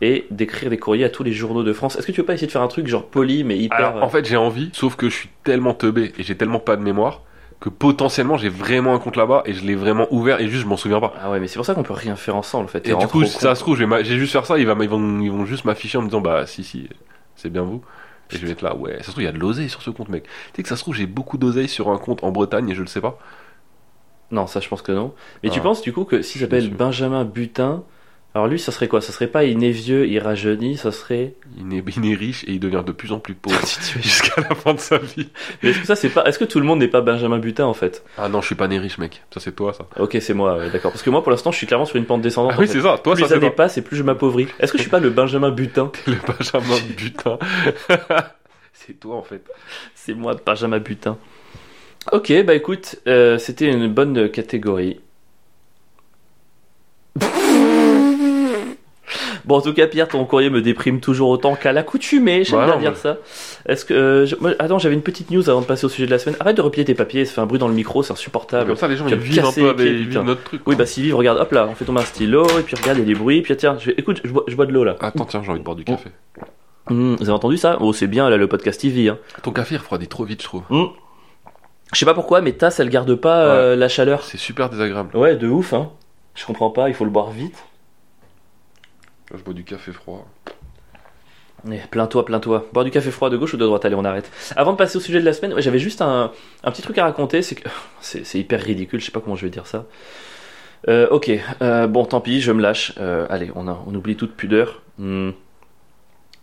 et d'écrire des courriers à tous les journaux de France. Est-ce que tu veux pas essayer de faire un truc genre poli mais hyper
Alors, en fait, j'ai envie, sauf que je suis tellement teubé et j'ai tellement pas de mémoire que potentiellement j'ai vraiment un compte là-bas et je l'ai vraiment ouvert et juste je m'en souviens pas.
Ah ouais, mais c'est pour ça qu'on peut rien faire ensemble en fait. T'es
Et du
vraiment
coup,
trop con.
ça se trouve, je vais m'a- j'ai juste faire ça, ils, va- ils vont, ils vont juste m'afficher en me disant bah si, si, c'est bien vous. Et je vais être là, ouais, ça se trouve, il y a de l'oseille sur ce compte, mec. Tu sais que ça se trouve, j'ai beaucoup d'oseille sur un compte en Bretagne et je le sais pas.
Non, ça je pense que non. Mais tu
Ah.
penses du coup que s'il
Je
s'appelle
suis-
Benjamin Butin, alors lui ça serait quoi Ça serait pas il est vieux, il rajeunit, ça serait.
Il est, il est riche et il devient de plus en plus pauvre
Tu te fais-
jusqu'à la fin de sa vie.
mais est-ce que ça c'est pas Est-ce que tout le monde n'est pas Benjamin Butin en fait
Ah non, je suis pas né riche, mec. Ça, c'est toi, ça.
Ok, c'est moi, ouais, d'accord. Parce que moi pour l'instant je suis clairement sur une pente descendante.
Ah
en
oui,
fait.
c'est ça. Toi,
plus
ça,
ça
c'est toi.
dépasse et plus je m'appauvris. Est-ce que je suis pas le Benjamin Butin
Le Benjamin Butin. c'est toi, en fait.
Ah, C'est moi, Benjamin Butin. Ok, bah écoute, euh, c'était une bonne catégorie. Bon, en tout cas, Pierre, ton courrier me déprime toujours autant qu'à l'accoutumée. J'aime
Bah
bien
non,
dire
mais-
ça. Est-ce que. euh, je- moi, attends, j'avais une petite news avant de passer au sujet de la semaine. Arrête de replier tes papiers, ça fait un bruit dans le micro, c'est insupportable.
Comme ça, les gens,
Tu
ils
vas me
vivent un
casser
peu
les
avec
pieds,
ils vivent
putain.
notre truc.
Oui, bah si vivre, regarde, hop là, on fait tomber un stylo, et puis regarde, il y a des bruits, puis tiens, je vais- écoute, je bois, je bois de l'eau là.
Attends, tiens, j'ai envie de
Oh.
boire du café.
Hmm, vous avez entendu ça Oh, c'est bien, là, le podcast TV. Hein.
Ton café, il refroidit trop vite, je trouve.
Hmm. Je sais pas pourquoi, mais tasse, elle garde pas euh, la chaleur.
C'est super désagréable.
Ouais, de ouf, hein. Je comprends pas, il faut le boire vite.
Là, je bois du café froid.
Mais Eh, Plains-toi, plains-toi. Boire du café froid de gauche ou de droite Allez, on arrête. Avant de passer au sujet de la semaine, ouais, j'avais juste un, un petit truc à raconter. C'est que c'est c'est hyper ridicule, je sais pas comment je vais dire ça. Euh, ok, euh, bon, tant pis, je me lâche. Euh, allez, on, a- on oublie toute pudeur. Hmm.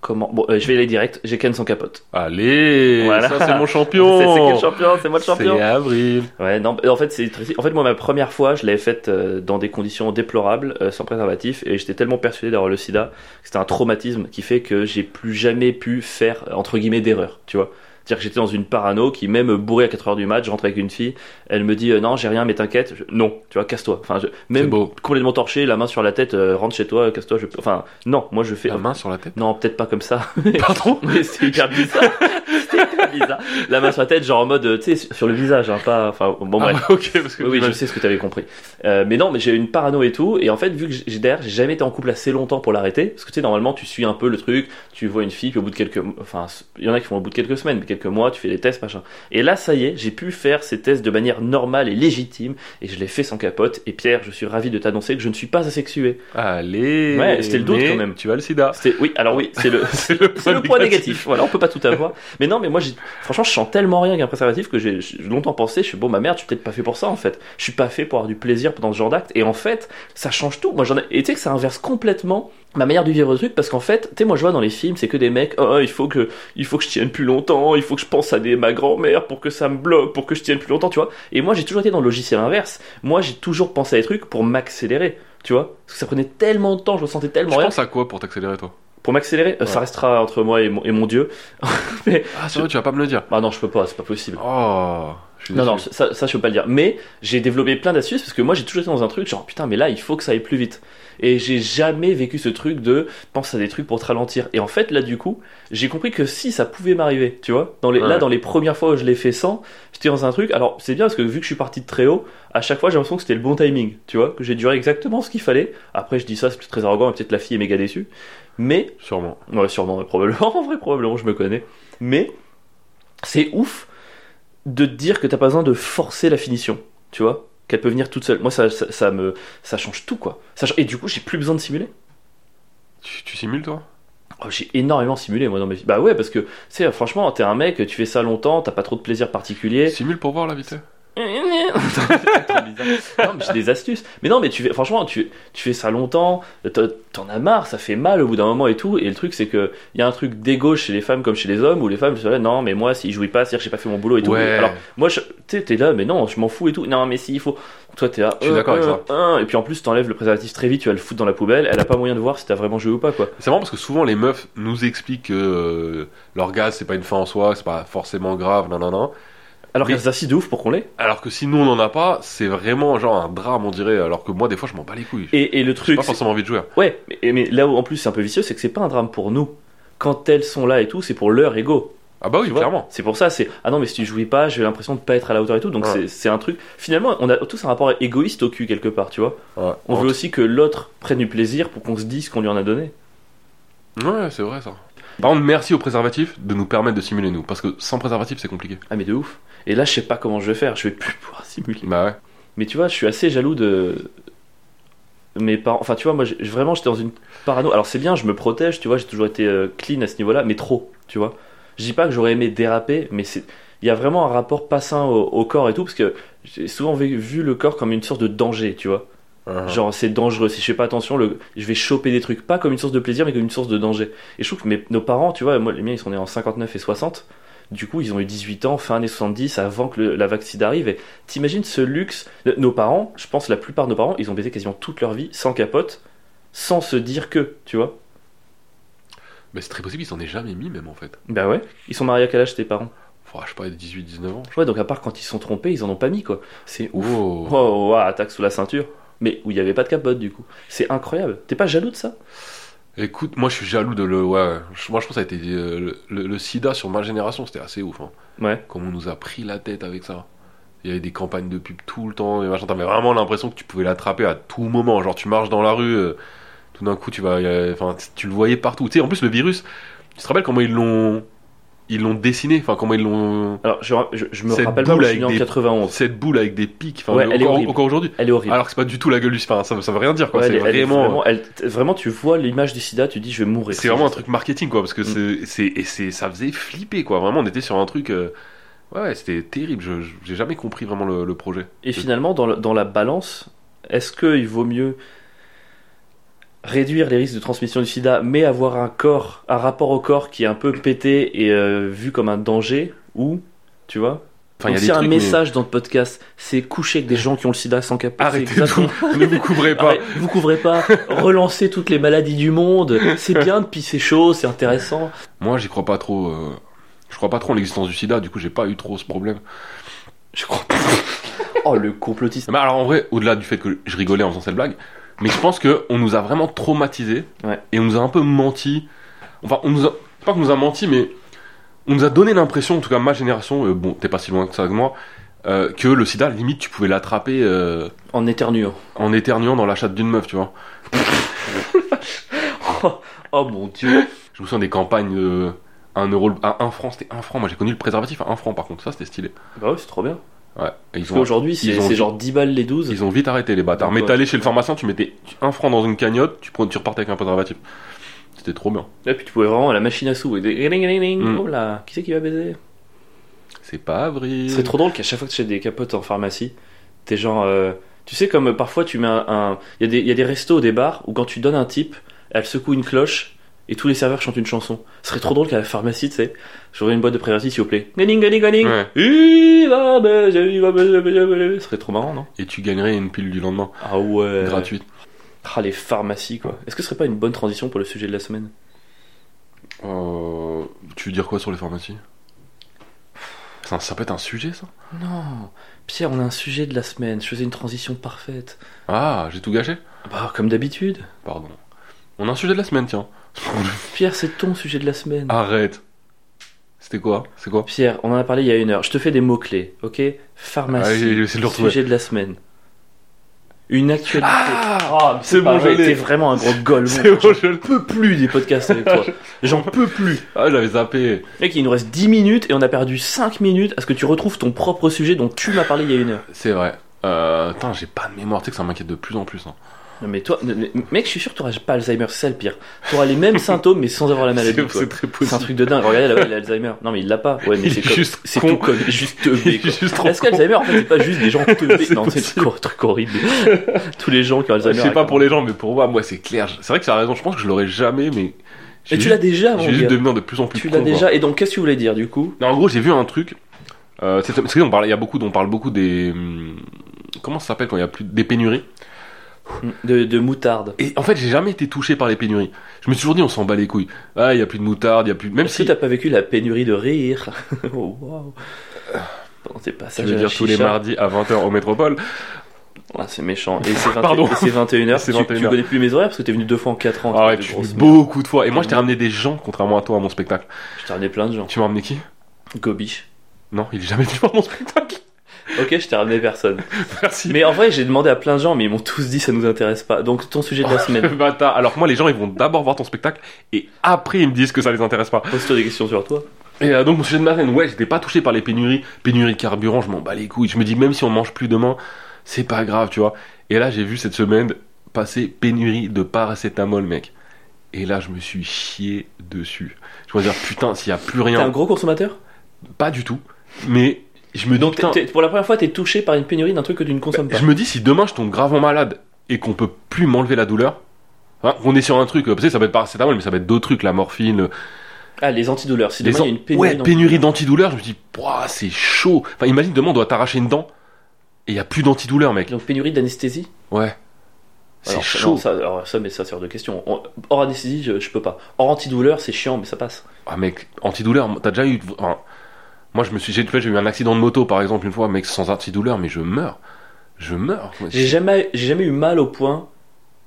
Comment Bon, euh, je vais aller direct. J'ai Ken sans capote.
Allez,
Voilà.
ça, c'est mon
C'est
champion.
c'est qui le champion C'est moi le champion
C'est Avril.
Ouais, non, en fait, c'est très- en fait, moi, ma première fois, je l'avais faite euh, dans des conditions déplorables, euh, sans préservatif, et j'étais tellement persuadé d'avoir le sida que c'était un traumatisme qui fait que j'ai plus jamais pu faire, euh, entre guillemets, d'erreur, tu vois. C'est-à-dire que j'étais dans une parano qui, même bourré à 4h du mat, je rentre avec une fille, elle me dit euh, non, j'ai rien, mais t'inquiète, Je- non, tu vois, casse-toi. Enfin, je-
C'est
même
beau.
complètement torché, la main sur la tête, euh, rentre chez toi, casse-toi, je... enfin, non, moi je fais.
La main sur la tête.
Non, peut-être pas comme ça.
Pardon
Mais c'est hyper bizarre. c'est hyper bizarre. La main sur la tête, genre en mode, euh, tu sais, sur le visage, hein, pas. Enfin, bon,
Ah,
bref.
ok, parce que
Oui, oui, je sais ce que tu avais compris. Euh, mais non, mais j'ai une parano et tout. Et en fait, vu que j'ai derrière, j'ai jamais été en couple assez longtemps pour l'arrêter. Parce que tu sais, normalement, tu suis un peu le truc, tu vois une fille, puis au bout de quelques. Enfin, il y en a qui font au bout de quelques semaines, mais quelques mois, tu fais des tests, machin. Et là, ça y est, j'ai pu faire ces tests de manière normale et légitime. Et je l'ai fait sans capote. Et Pierre, je suis ravi de t'annoncer que je ne suis pas asexué.
Allez.
Ouais, c'était le doute,
mais
quand même.
Tu as le sida.
C'était- Oui, alors oui, c'est le.
C'est le
C'est le point négatif, voilà, on peut pas tout avoir. Mais non, mais moi, j'ai- franchement, je sens tellement rien qu'un préservatif que j'ai j'ai longtemps pensé, je suis bon, ma merde, je suis peut-être pas fait pour ça en fait. Je suis pas fait pour avoir du plaisir pendant ce genre d'acte. Et en fait, ça change tout. Moi, j'en ai... Et tu sais que ça inverse complètement ma manière de vivre le truc parce qu'en fait, tu sais, moi, je vois dans les films, c'est que des mecs, oh, il faut que, il faut que je tienne plus longtemps, il faut que je pense à des, ma grand-mère pour que ça me bloque, pour que je tienne plus longtemps, tu vois. Et moi, j'ai toujours été dans le logiciel inverse. Moi, j'ai toujours pensé à des trucs pour m'accélérer. Tu vois, parce que ça prenait tellement de temps, je ressentais
Tu
tellement rien.
penses à quoi pour t'accélérer, toi
Pour m'accélérer, euh, ça
Ouais.
restera entre moi et mon, et mon dieu.
Ah, c'est vrai, tu vas pas me le dire.
Ah non, je peux pas, c'est pas possible.
Oh. je suis
Non, non,
déçu.
ça, ça je peux pas le dire. Mais j'ai développé plein d'astuces parce que moi j'ai toujours été dans un truc genre putain, mais là il faut que ça aille plus vite. Et j'ai jamais vécu ce truc de pense à des trucs pour te ralentir. Et en fait, là du coup, j'ai compris que si ça pouvait m'arriver, tu vois, dans les, là
Ouais.
dans les premières fois où je l'ai fait sans, j'étais dans un truc. Alors c'est bien parce que vu que je suis parti de très haut, à chaque fois j'ai l'impression que c'était le bon timing, tu vois, que j'ai duré exactement ce qu'il fallait. Après, je dis ça, c'est peut-être très arrogant et peut-être la fille est méga déçue. Mais
Sûrement.
Ouais, sûrement, ouais, probablement. En vrai, probablement, je me connais. Mais c'est ouf de te dire que t'as pas besoin de forcer la finition, tu vois Qu'elle peut venir toute seule. Moi, ça, ça, ça me, ça change tout, quoi. Ça cha- Et du coup, j'ai plus besoin de simuler.
Tu, tu simules, toi
Oh, j'ai énormément simulé, moi, dans ma vie. Bah ouais, parce que, tu sais, franchement, t'es un mec, tu fais ça longtemps, t'as pas trop de plaisir particulier.
Simule pour voir la vitesse.
non, mais j'ai des astuces. Mais non, mais tu fais, franchement, tu, tu fais ça longtemps, t'en- t'en as marre, ça fait mal au bout d'un moment et tout. Et le truc, c'est que il y a un truc d'égo chez les femmes comme chez les hommes où les femmes se disent là, non, mais moi, si je jouis pas, c'est-à-dire que j'ai pas fait mon boulot et tout.
Ouais.
Alors, moi, je- tu sais, t'es là, mais non, je m'en fous et tout. Non, mais si, il faut. Toi, t'es là.
Je suis d'accord avec
euh, euh, Et puis en plus, t'enlèves le préservatif très vite, tu vas le foutre dans la poubelle, elle a pas moyen de voir si t'as vraiment joué ou pas, quoi.
C'est marrant parce que souvent les meufs nous expliquent que euh, l'orgasme c'est pas une fin en soi, c'est pas forcément grave, nan nan nan.
Alors
Mais-
qu'elles assis de ouf pour qu'on l'ait.
Alors que si nous on en a pas, c'est vraiment genre un drame on dirait. Alors que moi des fois je m'en bats les couilles.
Et, et le
J'ai
truc,
pas
c'est-
forcément envie de jouer.
Ouais, mais, mais là où en plus c'est un peu vicieux, c'est que c'est pas un drame pour nous. Quand elles sont là et tout, c'est pour leur ego.
Ah bah oui,
Tu vois,
clairement.
C'est pour ça, c'est ah non, mais si tu jouais pas, j'ai l'impression de pas être à la hauteur et tout. Donc
Ouais.
c'est- c'est un truc. Finalement, on a tous un rapport égoïste au cul quelque part, tu vois.
Ouais.
On veut aussi que l'autre prenne du plaisir pour qu'on se dise qu'on lui en a donné.
Ouais, c'est vrai ça. Par contre, merci aux préservatifs de nous permettre de simuler nous, parce que sans préservatif, c'est compliqué.
Ah mais de ouf. Et là, je sais pas comment je vais faire. Je vais plus pouvoir simuler.
Bah ouais.
Mais tu vois, je suis assez jaloux de mes parents. Enfin, tu vois, moi, j'ai- vraiment, j'étais dans une parano. Alors, c'est bien, je me protège, tu vois, j'ai toujours été euh, clean à ce niveau-là, mais trop, tu vois. Je dis pas que j'aurais aimé déraper, mais c'est. Il y a vraiment un rapport pas sain au, au corps et tout, parce que j'ai souvent vu, vu le corps comme une sorte de danger, tu vois. Genre, c'est dangereux. Si je fais pas attention, le, je vais choper des trucs, pas comme une source de plaisir, mais comme une source de danger. Et je trouve que mes- nos parents, tu vois, moi, les miens, ils sont nés en 59 et 60. Du coup, ils ont eu 18 ans, fin années 70, avant que le- la vaccine arrive. Et t'imagines ce luxe. N- Nos parents, je pense, la plupart de nos parents, ils ont baisé quasiment toute leur vie, sans capote, sans se dire que, tu vois.
Mais c'est très possible, ils s'en est jamais mis même en fait.
Bah ouais. Ils sont mariés à quel âge tes parents
Faut, ah, je sais pas, 18, 19 ans.
Ouais, donc à part quand ils se sont trompés, ils en ont pas mis, quoi. C'est ouf.
Wow.
Oh, ouah, attaque sous la ceinture. Mais où il n'y avait pas de capote, du coup. C'est incroyable. T'es pas jaloux de ça
Écoute, moi je suis jaloux de le. Ouais, je- moi je pense que ça a été. euh, le, le- le sida sur ma génération, c'était assez ouf. Hein.
Ouais.
Comme on nous a pris la tête avec ça. Il y avait des campagnes de pub tout le temps et machin. T'avais vraiment l'impression que tu pouvais l'attraper à tout moment. Genre, tu marches dans la rue, euh, tout d'un coup, tu vas. euh, Enfin, t- tu le voyais partout. Tu sais, en plus, le virus, tu te rappelles comment ils l'ont. Ils l'ont dessiné Enfin, comment ils l'ont.
Alors, je, je- je me
Cette
rappelle pas,
boule
moi, je suis né en
avec des-
91.
Cette boule avec des pics. Enfin,
Ouais,
le-
elle est
encore,
horrible.
encore aujourd'hui.
Elle est horrible.
Alors que c'est pas du tout la gueule du. Enfin, ça, ça veut rien dire quoi.
Ouais,
c'est
elle est- elle est
vraiment. euh,
vraiment, elle- t- vraiment, tu vois l'image du sida, tu dis je vais mourir.
C'est vraiment un
juste
truc marketing, quoi, parce que
Mm.
c'est- c'est et c'est ça faisait flipper, quoi. Vraiment, on était sur un truc. euh, ouais, ouais, c'était terrible. Je je- j'ai jamais compris vraiment le, le projet.
Et finalement, dans, le- dans la balance, est-ce qu'il vaut mieux réduire les risques de transmission du sida, mais avoir un corps, un rapport au corps qui est un peu pété et euh, vu comme un danger, ou, tu vois
Enfin, il y a
Donc,
des
s'il y a un
trucs, mais-
message dans le podcast, c'est coucher avec des gens qui ont le sida sans capote. c'est
Arrêtez
exactement-
tout. ne vous couvrez pas.
Arrête, vous couvrez pas, relancez toutes les maladies du monde, c'est bien de pisser chaud, c'est intéressant.
Moi, j'y crois pas trop. euh, je crois pas trop en l'existence du sida. Du coup, j'ai pas eu trop ce problème.
Je crois pas. Oh, le complotiste.
Mais Bah, alors, en vrai, au-delà du fait que je rigolais en faisant cette blague, mais je pense que on nous a vraiment traumatisés
Ouais.
et on nous a un peu menti. Enfin, on nous a pas qu'on nous a menti, mais on nous a donné l'impression, en tout cas ma génération, euh, bon, t'es pas si loin que ça que moi, euh, que le sida, limite, tu pouvais l'attraper. euh,
En éternuant.
en éternuant dans la chatte d'une meuf, tu vois.
Oh mon dieu.
Je me souviens des campagnes euh, 1 euro le- à 1 franc, c'était 1 franc. Moi j'ai connu le préservatif à 1 franc par contre, ça c'était stylé.
Bah ouais, c'est trop bien.
Ouais, Et
Parce
ils, ont,
qu'aujourd'hui, c'est
ils ont-
c'est genre 10 balles les 12.
ils ont vite arrêté les bâtards.
Donc,
Mais
ouais.
t'allais chez le pharmacien, tu mettais 1 franc dans une cagnotte, tu, prenais- tu repartais avec un préservatif. C'était trop bien.
Et puis tu pouvais vraiment à la machine à sous. Et des... ding, ding, ding.
Mm.
Oh là, qui c'est qui va baiser
C'est pas avril.
C'est trop drôle qu'à chaque fois que tu fais des capotes en pharmacie, t'es genre. euh, Tu sais, comme parfois tu mets un- un. Il y, a des- il y a des restos, des bars où quand tu donnes un type, elle secoue une cloche et tous les serveurs chantent une chanson. Ce serait trop drôle qu'à la pharmacie, tu sais, j'aurais une boîte de préservatif, s'il vous plaît. Ding, ding, ding, ding.
Ouais.
Il va baiser, il va baiser, baiser, baiser. Ce serait trop marrant, non
Et tu gagnerais une pile du lendemain,
Ah ouais.
gratuite.
Ah, les pharmacies, quoi. Est-ce que ce serait pas une bonne transition pour le sujet de la semaine
Euh, tu veux dire quoi sur les pharmacies ça, ça peut être un sujet ça
Non, Pierre, on a un sujet de la semaine. Je faisais une transition parfaite.
Ah, j'ai tout gâché
Bah, comme d'habitude.
Pardon. On a un sujet de la semaine, tiens.
Pierre, c'est ton sujet de la semaine.
Arrête. C'était quoi C'est quoi
Pierre, on en a parlé il y a une heure. Je te fais des mots-clés, ok Pharmacie,
Ah, j'ai- j'ai essayé de le retrouver.
sujet de la semaine. Une actualité. Ah,
c'est
pas
bon,
vrai,
je l'ai.
T'es vraiment un gros golemon.
C'est bon,
J'en
je le-
peux plus des podcasts avec toi. J'en peux plus.
Ah, j'avais zappé.
Mec, il nous reste 10 minutes et on a perdu 5 minutes à ce que tu retrouves ton propre sujet dont tu m'as parlé il y a une heure.
C'est vrai. Euh, Putain, j'ai pas de mémoire. Tu sais que ça m'inquiète de plus en plus. hein.
Non mais toi, mais- mec, je suis sûr que t'auras pas Alzheimer, c'est ça le pire. T'auras les mêmes symptômes mais sans avoir la maladie.
C'est
quoi.
c'est très possible.
C'est un truc de dingue. Regardez, là, ouais, il a Alzheimer. Non, mais il l'a pas. Ouais, mais
Il
c'est
est
comme-
juste
C'est
con.
tout con. Il est Juste teubé,
Il
quoi.
est juste trop
Est-ce
con.
qu'Alzheimer, en fait, c'est pas juste des gens teubés
C'est
Non, c'est
possible.
un truc horrible. Tous les gens qui ont
Je
Alzheimer.
sais pas pour les gens, mais pour moi, moi c'est clair. C'est vrai que ça a raison. Je pense que je l'aurais jamais,
Mais
mais. je
tu
vais
l'as
juste-
déjà,
Je
mon
vais juste
gars.
devenir de plus en plus
Tu
con,
l'as
quoi.
déjà. Et donc, qu'est-ce que tu voulais dire, du coup
Non, en gros, j'ai vu un truc. Euh, c'est parce que on parle, il y a beaucoup, dont on parle beaucoup des. hum, Comment ça s'appelle quand il y a plus des pénuries Mm.
de, de moutarde.
Et en fait, j'ai jamais été touché par les pénuries. Je me suis toujours dit, on s'en bat les couilles. Ah, il y a plus de moutarde, il y a plus. Même
Est-ce que
si.
t'as pas vécu la pénurie de rire Oh, waouh. Pendant tes
Ça
passages
veut
à la
dire tous les
chicha.
mardis à 20h au métropole.
Ah, c'est méchant. Et c'est 20
Pardon.
et c'est 21h.
C'est
Tu, tu
21h.
connais plus mes horaires parce que t'es venu deux fois en 4 ans.
Ah ouais,
espèce de
tu
grosse Mmh.
beaucoup de fois. Et moi, je t'ai ramené des gens, contrairement à toi, à mon spectacle.
merde. Je t'ai ramené plein de gens.
Tu m'as ramené qui
Gobi.
Non, il est jamais venu voir mon spectacle.
Ok, je t'ai ramené personne.
Merci.
Mais en vrai, j'ai demandé à plein de gens, mais ils m'ont tous dit ça nous intéresse pas. Donc ton sujet de la
Le
semaine,
bâtard. Alors que moi, les gens, ils vont d'abord voir ton spectacle et après, ils me disent que ça les intéresse pas.
pose-toi des questions sur toi.
Et euh, donc, mon sujet de ma semaine, ouais, j'étais pas touché par les pénuries. Pénurie de carburant, je m'en bats les couilles. Je me dis, même si on mange plus demain, c'est pas grave, tu vois. Et là, j'ai vu cette semaine passer pénurie de paracétamol, mec. Et là, je me suis chié dessus. Je me dire, putain, s'il y a plus
T'es un
rien,
gros consommateur
pas du tout. Mais je me dis,
Donc t'es-
putain, Bah,
t'es- pour la première fois, t'es touché par une pénurie d'un truc que tu ne consommes pas.
je me dis, si demain je tombe gravement malade et qu'on peut plus m'enlever la douleur, hein, on est sur un truc, euh, parce que ça peut être paracétamol, mais ça peut être d'autres trucs, la morphine, le-
Ah, les antidouleurs. Si
Les
demain, il y a
an-
une pénurie.
ouais,
dans-
pénurie d'antidouleur, je me dis, Pouah, c'est chaud. Enfin, imagine demain, on doit t'arracher une dent et il n'y a plus d'antidouleur, mec.
Donc pénurie d'anesthésie
Ouais. C'est
Alors, ça-
chaud.
non, ça, alors, ça, mais ça, c'est hors de question. En- Hors anesthésie, je, je peux pas. Hors antidouleur, c'est chiant, mais ça passe.
Ah, mec, antidouleur, t'as déjà eu. enfin, moi, je me suis. J'ai j'ai eu un accident de moto, par exemple, une fois, mec, sans antidouleur, mais je meurs. Je meurs. Ouais,
J'ai jamais, j'ai jamais eu mal au point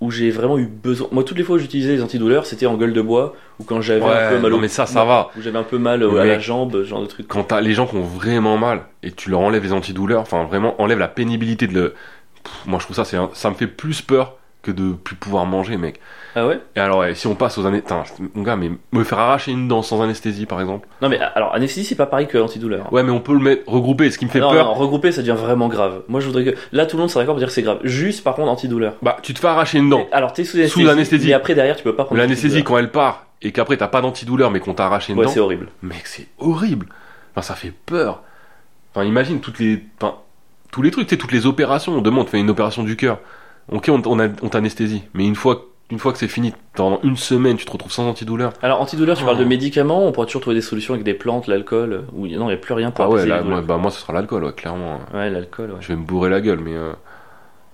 où j'ai vraiment eu besoin. Moi, toutes les fois où j'utilisais les antidouleurs, c'était en gueule de bois ou quand j'avais un peu
Ouais,
mal
non,
au
mais ça, ça va.
Où j'avais un peu mal euh,
Mais
à la
mec.
jambe, ce genre de truc.
Quand t'as les gens qui ont vraiment mal et tu leur enlèves les antidouleurs, enfin, vraiment, enlève la pénibilité de le. Pff, moi, je trouve ça, c'est un- ça me fait plus peur que de plus pouvoir manger, mec.
Ah ouais
Et alors, ouais, si on passe aux années. Putain, mon gars, mais me faire arracher une dent sans anesthésie, par exemple.
Non, mais alors, anesthésie, c'est pas pareil que antidouleur.
Ouais, mais on peut le mettre, regrouper. Ce qui me fait
non,
peur,
non, regrouper, ça devient vraiment grave. Moi, je voudrais que. Là, tout le monde serait d'accord pour dire que c'est grave. Juste, par contre, antidouleur.
bah, tu te fais arracher une dent.
Alors, t'es sous
Sous
anesthésie.
anesthésie.
Mais après, derrière, tu peux pas prendre.
L'anesthésie, quand elle part et qu'après t'as pas d'antidouleur, mais qu'on t'a arraché une
Ouais,
dent,
c'est horrible.
mec, c'est horrible. Enfin, ça fait peur. Enfin, imagine toutes les. Enfin, tous les trucs, tu sais, toutes les opérations. On demande, on te fait une opération du cœur. Ok, on, on a- on t'anesthésie. Mais une fois, une fois que c'est fini, pendant une semaine, tu te retrouves sans antidouleur.
Alors, antidouleur, tu
Oh.
parles de médicaments, on pourra toujours trouver des solutions avec des plantes, l'alcool, euh, ou non, il n'y a plus rien pour
Ah ouais,
apaiser
là,
les douleurs.
moi, bah, moi, ce sera l'alcool, ouais, clairement.
Ouais, l'alcool, ouais.
je vais me bourrer la gueule, mais euh,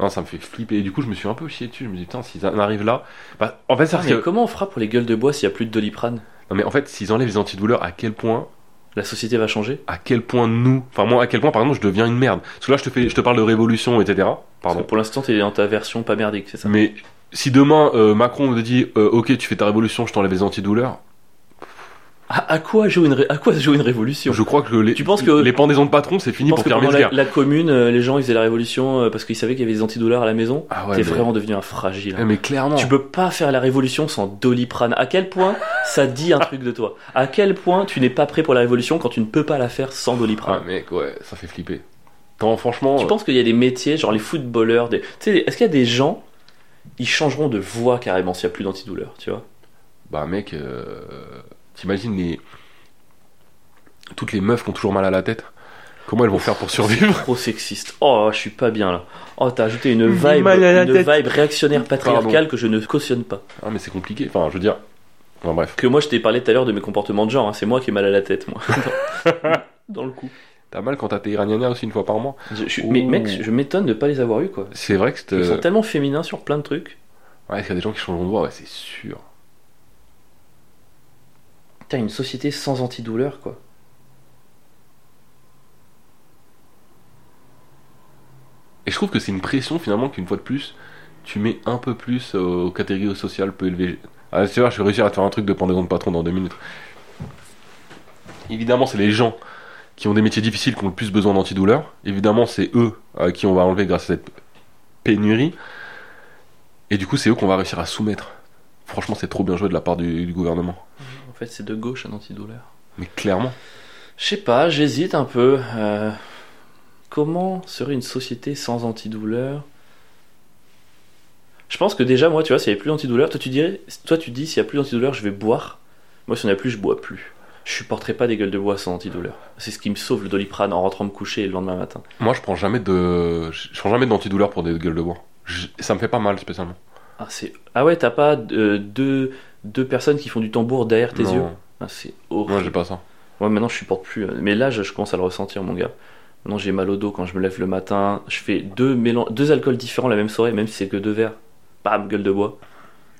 non, ça me fait flipper. Et du coup, je me suis un peu chié dessus. Je me dis, putain, s'ils en arrivent là, bah, en fait, c'est parce
Ah, Mais
que-
comment on fera pour les gueules de bois s'il n'y a plus de doliprane
non, mais en fait, s'ils enlèvent les antidouleurs, à quel point,
La société va changer
à quel point nous, enfin moi, à quel point, par exemple, je deviens une merde. Parce que là, je te fais, je te parle de révolution, etc.
Parce
Pardon.
que pour l'instant, t'es dans ta version pas merdique, c'est ça
Mais si demain euh, Macron me dit, euh, ok, tu fais ta révolution, je t'enlève les antidouleurs,
à, à quoi joue une ré- à quoi se joue une révolution
je crois que les,
Tu penses que-
les pendaisons de patron, c'est
Je
fini
pense
pour
que
Pierre
pendant la,
Metzger.
la commune, euh, les gens ils faisaient la révolution euh, parce qu'ils savaient qu'il y avait des antidouleurs à la maison.
Ah ouais,
T'es
mais,
vraiment devenu un fragile.
eh, mais clairement.
Tu peux pas faire la révolution sans doliprane. À quel point ça dit un truc de toi À quel point tu n'es pas prêt pour la révolution quand tu ne peux pas la faire sans
Ah
doliprane
mec, ouais, ça fait flipper. Tant franchement.
Tu
euh,
penses qu'il y a des métiers, genre les footballeurs, des... tu sais, est-ce qu'il y a des gens, ils changeront de voix carrément s'il n'y a plus d'antidouleur, tu vois
Bah mec, euh, t'imagines les... toutes les meufs qui ont toujours mal à la tête Comment elles vont faire pour survivre
Trop sexiste. Oh, je suis pas bien là. Oh, t'as ajouté une
J'ai
vibe,
mal à la
une
tête.
vibe réactionnaire patriarcale que je ne cautionne pas.
Ah mais c'est compliqué, enfin je veux dire... Enfin bref,
Que moi, je t'ai parlé tout à l'heure de mes comportements de genre. hein. C'est moi qui ai mal à la tête, moi. Dans le coup.
t'as mal quand t'as tes iraniana aussi une fois par mois
Je- je suis- mais
Ouh.
mec, je m'étonne de pas les avoir eu quoi.
C'est vrai que c'est...
Ils
Oh. euh,
sont tellement féminins sur plein de trucs.
Ouais, est-ce qu'il y a des gens qui changeront de voix Ouais, c'est sûr.
Putain, une société sans antidouleur, quoi.
Et je trouve que c'est une pression finalement qu'une fois de plus, tu mets un peu plus aux catégories sociales peu élevées. Ah c'est vrai, je vais réussir à te faire un truc de pendaison de patron dans deux minutes. Évidemment, c'est les gens qui ont des métiers difficiles qui ont le plus besoin d'antidouleurs. Évidemment, c'est eux à qui on va enlever grâce à cette pénurie. Et du coup, c'est eux qu'on va réussir à soumettre. Franchement, c'est trop bien joué de la part du, du gouvernement.
En fait, c'est de gauche un antidouleur.
Mais clairement,
Je sais pas, j'hésite un peu. euh, comment serait une société sans antidouleur Je pense que déjà, moi, tu vois, s'il n'y avait plus d'antidouleur, toi tu dirais, toi tu dis, s'il n'y a plus d'antidouleur, je vais boire. Moi, s'il n'y en a plus, je bois plus. Je supporterai pas des gueules de bois sans antidouleur. C'est ce qui me sauve le doliprane en rentrant me coucher le lendemain matin.
moi, je prends jamais de, je je prends jamais d'antidouleur pour des gueules de bois. Je- ça me fait pas mal spécialement.
Ah, c'est... ah ouais, t'as pas euh, deux, deux personnes qui font du tambour derrière tes
Non.
yeux Ah, C'est horrible.
Moi, j'ai pas ça.
Ouais, maintenant je supporte plus. euh, Mais là, je, je commence à le ressentir, mon gars. Maintenant, j'ai mal au dos quand je me lève le matin. Je fais deux, mélan- deux alcools différents la même soirée, même si c'est que deux verres. Bam, gueule de bois.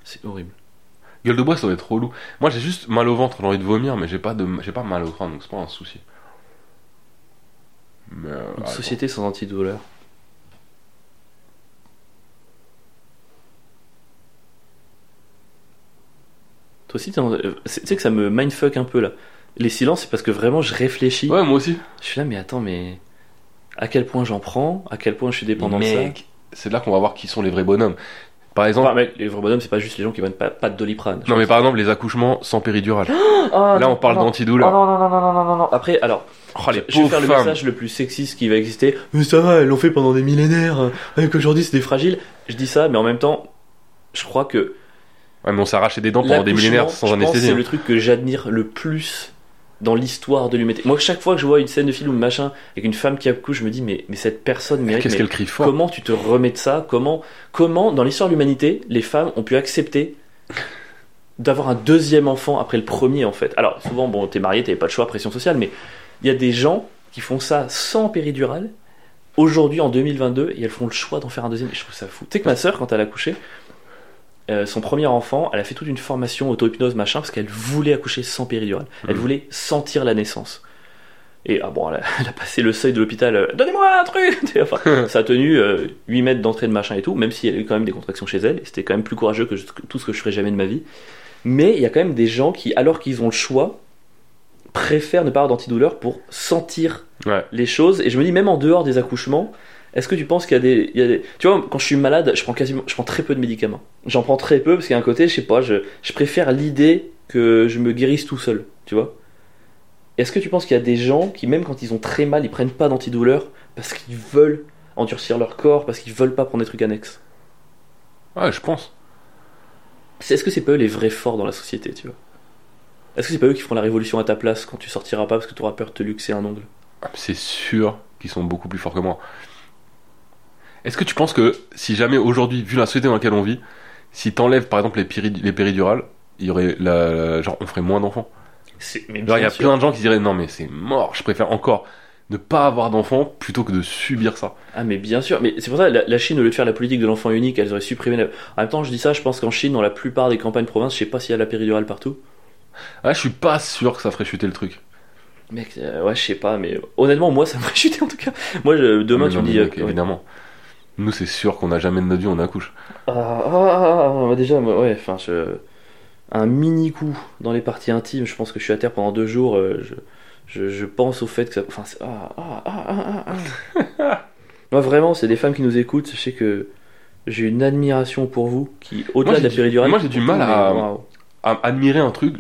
C'est horrible.
Gueule de bois, ça doit être relou. Moi, j'ai juste mal au ventre, j'ai envie de vomir, mais j'ai pas de, j'ai pas mal au crâne, donc c'est pas un souci. Mais, euh,
Une
attends.
société sans antidouleur. Toi aussi, t'es en- euh, c'est- tu sais que ça me mindfuck un peu là. les silences, c'est parce que vraiment je réfléchis.
Ouais, moi aussi.
Je suis là, mais attends, mais à quel point j'en prends À quel point je suis dépendant de ça
Mec, c'est là qu'on va voir qui sont les vrais bonhommes. Par exemple,
Enfin, mec, les vrais bonhommes, c'est pas juste les gens qui prennent pas, pas de doliprane.
non mais par exemple les accouchements sans péridurale.
Ah,
Là
non,
on parle
non.
d'antidouleur.
Oh, non, non, non, non, non, non, non, non. Après, alors,
Oh, les
je vais
pauvres
faire le
femmes.
message le plus sexiste qui va exister. Mais ça va, elles l'ont fait pendant des millénaires. hein. Et qu'aujourd'hui, c'est des fragiles. Je dis ça, mais en même temps, je crois que.
Ouais, mais on s'arrachait des dents pendant des
l'accouchement,
millénaires
je
sans
pense,
anesthésie. hein.
C'est le truc que j'admire le plus dans l'histoire de l'humanité. Moi, chaque fois que je vois une scène de film ou machin avec une femme qui accouche, je me dis, mais, mais cette personne mérite.
Qu'est-ce
mais
qu'elle crie fort
Comment tu te remets de ça Comment, comment dans l'histoire de l'humanité, les femmes ont pu accepter d'avoir un deuxième enfant après le premier, en fait Alors, souvent, bon, t'es marié, t'avais pas de choix, pression sociale, mais il y a des gens qui font ça sans péridurale, aujourd'hui, en 2022, et elles font le choix d'en faire un deuxième. Et je trouve ça fou. Tu sais que ma sœur, quand elle a accouché, euh, son premier enfant, elle a fait toute une formation auto-hypnose, machin, parce qu'elle voulait accoucher sans péridurale. Elle
Mhm.
voulait sentir la naissance. Et ah bon, elle a, elle a passé le seuil de l'hôpital, euh, donnez-moi un truc Tu sais, enfin, ça a tenu euh, 8 mètres d'entrée de machin et tout, même si elle a eu quand même des contractions chez elle, et c'était quand même plus courageux que je- tout ce que je ferais jamais de ma vie. Mais il y a quand même des gens qui, alors qu'ils ont le choix, préfèrent ne pas avoir d'antidouleur pour sentir
Ouais.
les choses. Et je me dis, même en dehors des accouchements, est-ce que tu penses qu'il y a des. il y a des- Tu vois, quand je suis malade, je prends quasiment. Je prends très peu de médicaments. J'en prends très peu parce qu'il y a un côté, je sais pas, je, je préfère l'idée que je me guérisse tout seul, tu vois. Est-ce que tu penses qu'il y a des gens qui, même quand ils ont très mal, ils prennent pas d'antidouleur parce qu'ils veulent endurcir leur corps, parce qu'ils veulent pas prendre des trucs annexes
Ouais, je pense.
C'est- Est-ce que c'est pas eux les vrais forts dans la société, tu vois Est-ce que c'est pas eux qui feront la révolution à ta place quand tu sortiras pas parce que tu auras peur de te luxer un ongle
Ah, mais C'est sûr qu'ils sont beaucoup plus forts que moi. Est-ce que tu penses que si jamais aujourd'hui, vu la société dans laquelle on vit, si t'enlèves par exemple les, périd- les péridurales, il y aurait la, la- genre on ferait moins d'enfants.
C'est- mais
Genre il y
bien
a
sûr.
plein de gens qui diraient non mais c'est mort, je préfère encore ne pas avoir d'enfants plutôt que de subir ça.
Ah mais bien sûr, mais c'est pour ça la, la Chine au lieu de faire la politique de l'enfant unique, elles auraient supprimé. La... En même temps, je dis ça, je pense qu'en Chine, dans la plupart des campagnes provinces, je sais pas s'il y a la péridurale partout.
Ah, je suis pas sûr que ça ferait chuter le truc.
Mec, euh, ouais, je sais pas, mais honnêtement, moi, ça me ferait chuter en tout cas. Moi, je- demain,
Ah, Mais
tu
non,
me
mais
dis.
mec,
euh, ouais.
évidemment. Nous c'est sûr qu'on n'a jamais de notre vie on accouche.
Ah, ah, ah, ah, déjà, moi, ouais, enfin, je... un mini coup dans les parties intimes. Je pense que je suis à terre pendant deux jours. euh, je, je, je pense au fait que ça. Enfin, c'est- ah, ah, ah, ah, ah, ah. moi, vraiment, c'est des femmes qui nous écoutent. Je sais que j'ai une admiration pour vous qui,
Moi,
au-delà de
j'ai
la
du-
péridurale,
moi, j'ai du
pour
mal
tout, mais
à-
waouh.
À admirer un truc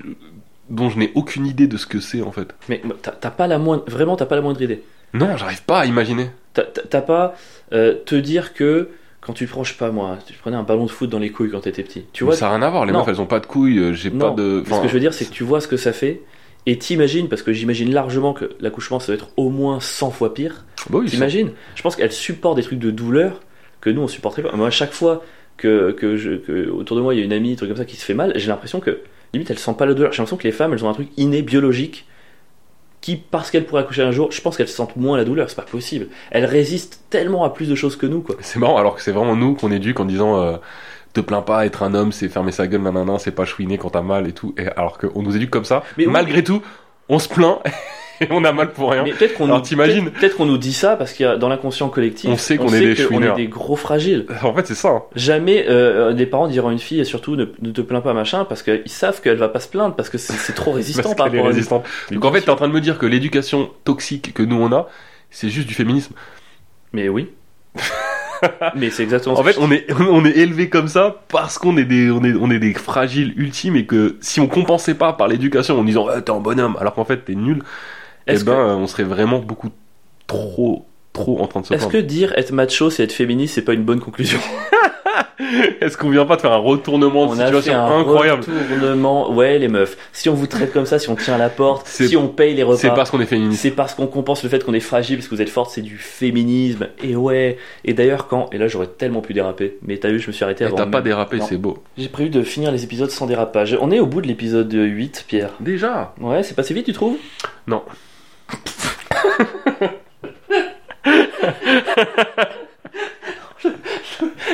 dont je n'ai aucune idée de ce que c'est en fait.
Mais t'as t'as pas la moindre, vraiment, t'as pas la moindre idée.
Non, j'arrive pas à imaginer.
T'as- T'as t'as pas euh, te dire que quand tu prends, je sais pas moi, tu prenais un ballon de foot dans les couilles quand t'étais petit. Tu
Mais
vois,
ça n'a rien à voir, les
Non.
meufs elles ont pas de couilles, euh, j'ai
Non,
pas de.
ce que je veux dire, c'est que tu vois ce que ça fait. Et t'imagines, parce que j'imagine largement que l'accouchement ça doit être au moins 100 fois pire.
Bah oui, ça-
T'imagines Je pense qu'elle supporte des trucs de douleur que nous on supporterait pas. Moi, à chaque fois que, que, je, que autour de moi il y a une amie, un truc comme ça qui se fait mal, j'ai l'impression que limite elle sent pas la douleur. J'ai l'impression que les femmes elles ont un truc inné biologique qui, parce qu'elles pourraient accoucher un jour, je pense qu'elles sentent moins la douleur. C'est pas possible. Elles résistent tellement à plus de choses que nous quoi.
c'est marrant, alors que c'est vraiment nous qu'on éduque en disant euh, te plains pas, être un homme c'est fermer sa gueule, nanana, c'est pas chouiner quand t'as mal et tout. Et alors qu'on nous éduque comme ça,
Mais oui.
malgré tout, on se plaint et on a mal pour rien.
Mais peut-être qu'on
hein. Alors,
nous,
t'imagines
peut-être- peut-être qu'on nous dit ça parce qu'il y a dans l'inconscient collectif,
On sait qu'on est des
qu'on
chouineurs.
est des gros fragiles.
En fait, c'est ça. hein.
Jamais euh, des parents diront à une fille et surtout ne, ne te plains pas machin parce qu'ils savent qu'elle va pas se plaindre parce que c'est c'est trop résistant
Parce
par
qu'elle est
rapport à nous.
résistante. Donc en fait, t'es en train de me dire que l'éducation toxique que nous on a, c'est juste du féminisme.
Mais oui. Mais c'est exactement
En
ce que
fait, on est, on est élevé comme ça parce qu'on est des, on est, on est des fragiles ultimes et que si on compensait pas par l'éducation en disant Eh, t'es un bonhomme alors qu'en fait t'es nul,
je-
eh
Est-ce
ben,
que-
euh, on serait vraiment beaucoup trop, trop en train de se
est-ce
plaindre.
que dire être macho c'est être féministe c'est pas une bonne conclusion
Est-ce qu'on vient pas de faire un retournement de
On a fait
situation
un
incroyable
retournement. Ouais les meufs, si on vous traite comme ça, si on tient la porte,
C'est-
si on paye les
C'est
repas,
parce qu'on est féministe.
C'est parce qu'on compense le fait qu'on est fragile, parce que vous êtes forte, c'est du féminisme. Et ouais. Et d'ailleurs, quand. Et là, j'aurais tellement pu déraper. Mais t'as vu, je me suis arrêté
Et
avant.
T'as pas dérapé,
Non.
c'est beau.
J'ai prévu de finir les épisodes sans dérapage. On est au bout de l'épisode 8, Pierre.
Déjà
Ouais, c'est passé vite, tu trouves
Non.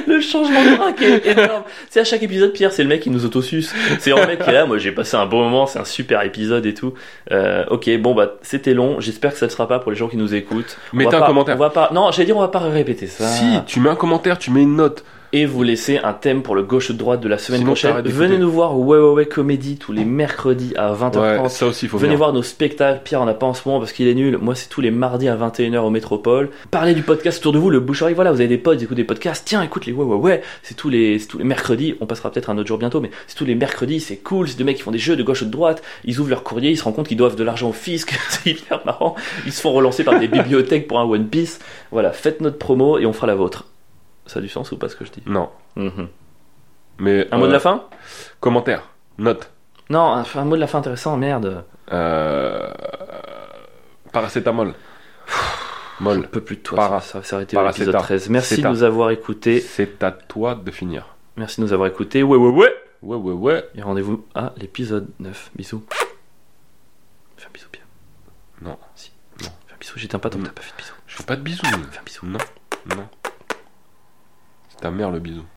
Le changement de bras qui est énorme. C'est à chaque épisode, Pierre, c'est le mec qui nous autosuce. C'est en mec qui est là. Moi, j'ai passé un bon moment, c'est un super épisode et tout. Euh, ok, bon, bah, c'était long. J'espère que ça ne sera pas pour les gens qui nous écoutent. On
Mets
va
un
pas-
commentaire.
On va pas. Non, j'allais dire, on va pas répéter ça.
Si, tu mets un commentaire, tu mets une note.
et vous laissez un thème pour le gauche-droite de la semaine
Sinon,
prochaine.
t'arrêtes d'écouter.
Venez nous voir au Ouais Ouais Ouais Comédie tous les mercredis à 20h30.
Ouais, ça aussi, il faut
Venez
venir.
voir nos spectacles. Pierre en a pas en ce moment parce qu'il est nul. Moi, c'est tous les mardis à 21h au Métropole. Parlez du podcast autour de vous, le bouche à oreille. Voilà, vous avez des potes, ils écoutent des podcasts. Tiens, écoute les ouais, ouais, ouais. C'est tous les, c'est tous les mercredis. On passera peut-être un autre jour bientôt, mais c'est tous les mercredis. C'est cool. C'est des mecs qui font des jeux de gauche ou de droite. Ils ouvrent leur courrier, ils se rendent compte qu'ils doivent de l'argent au fisc. c'est hyper marrant. Ils se font relancer par des bibliothèques pour un One Piece. Voilà, faites notre promo et on fera la vôtre. Ça a du sens ou pas ce que je dis
Non.
Mhm.
Mais,
Un mot de
Mm-hmm. euh,
la fin
Commentaire. Note.
Non, un, un mot de la fin intéressant, merde.
Euh... Paracétamol.
Je
Molle.
peux plus de toi.
Para-
ça, ça va s'arrêter à l'épisode
Paracéta.
13. Merci de
Céta.
nous avoir écoutés.
C'est à toi de finir.
Merci de nous avoir écoutés. Ouais, ouais, ouais.
Ouais, ouais, ouais.
Et rendez-vous à l'épisode 9. Bisous. Fais un bisou, Pierre.
Non. Mm.
Si. Non. Fais un bisou. J'éteins pas tant que
Non.
t'as pas fait de bisou.
Je fais pas de bisous.
Fais un bisou.
Non, non. C'est ta mère le bisou.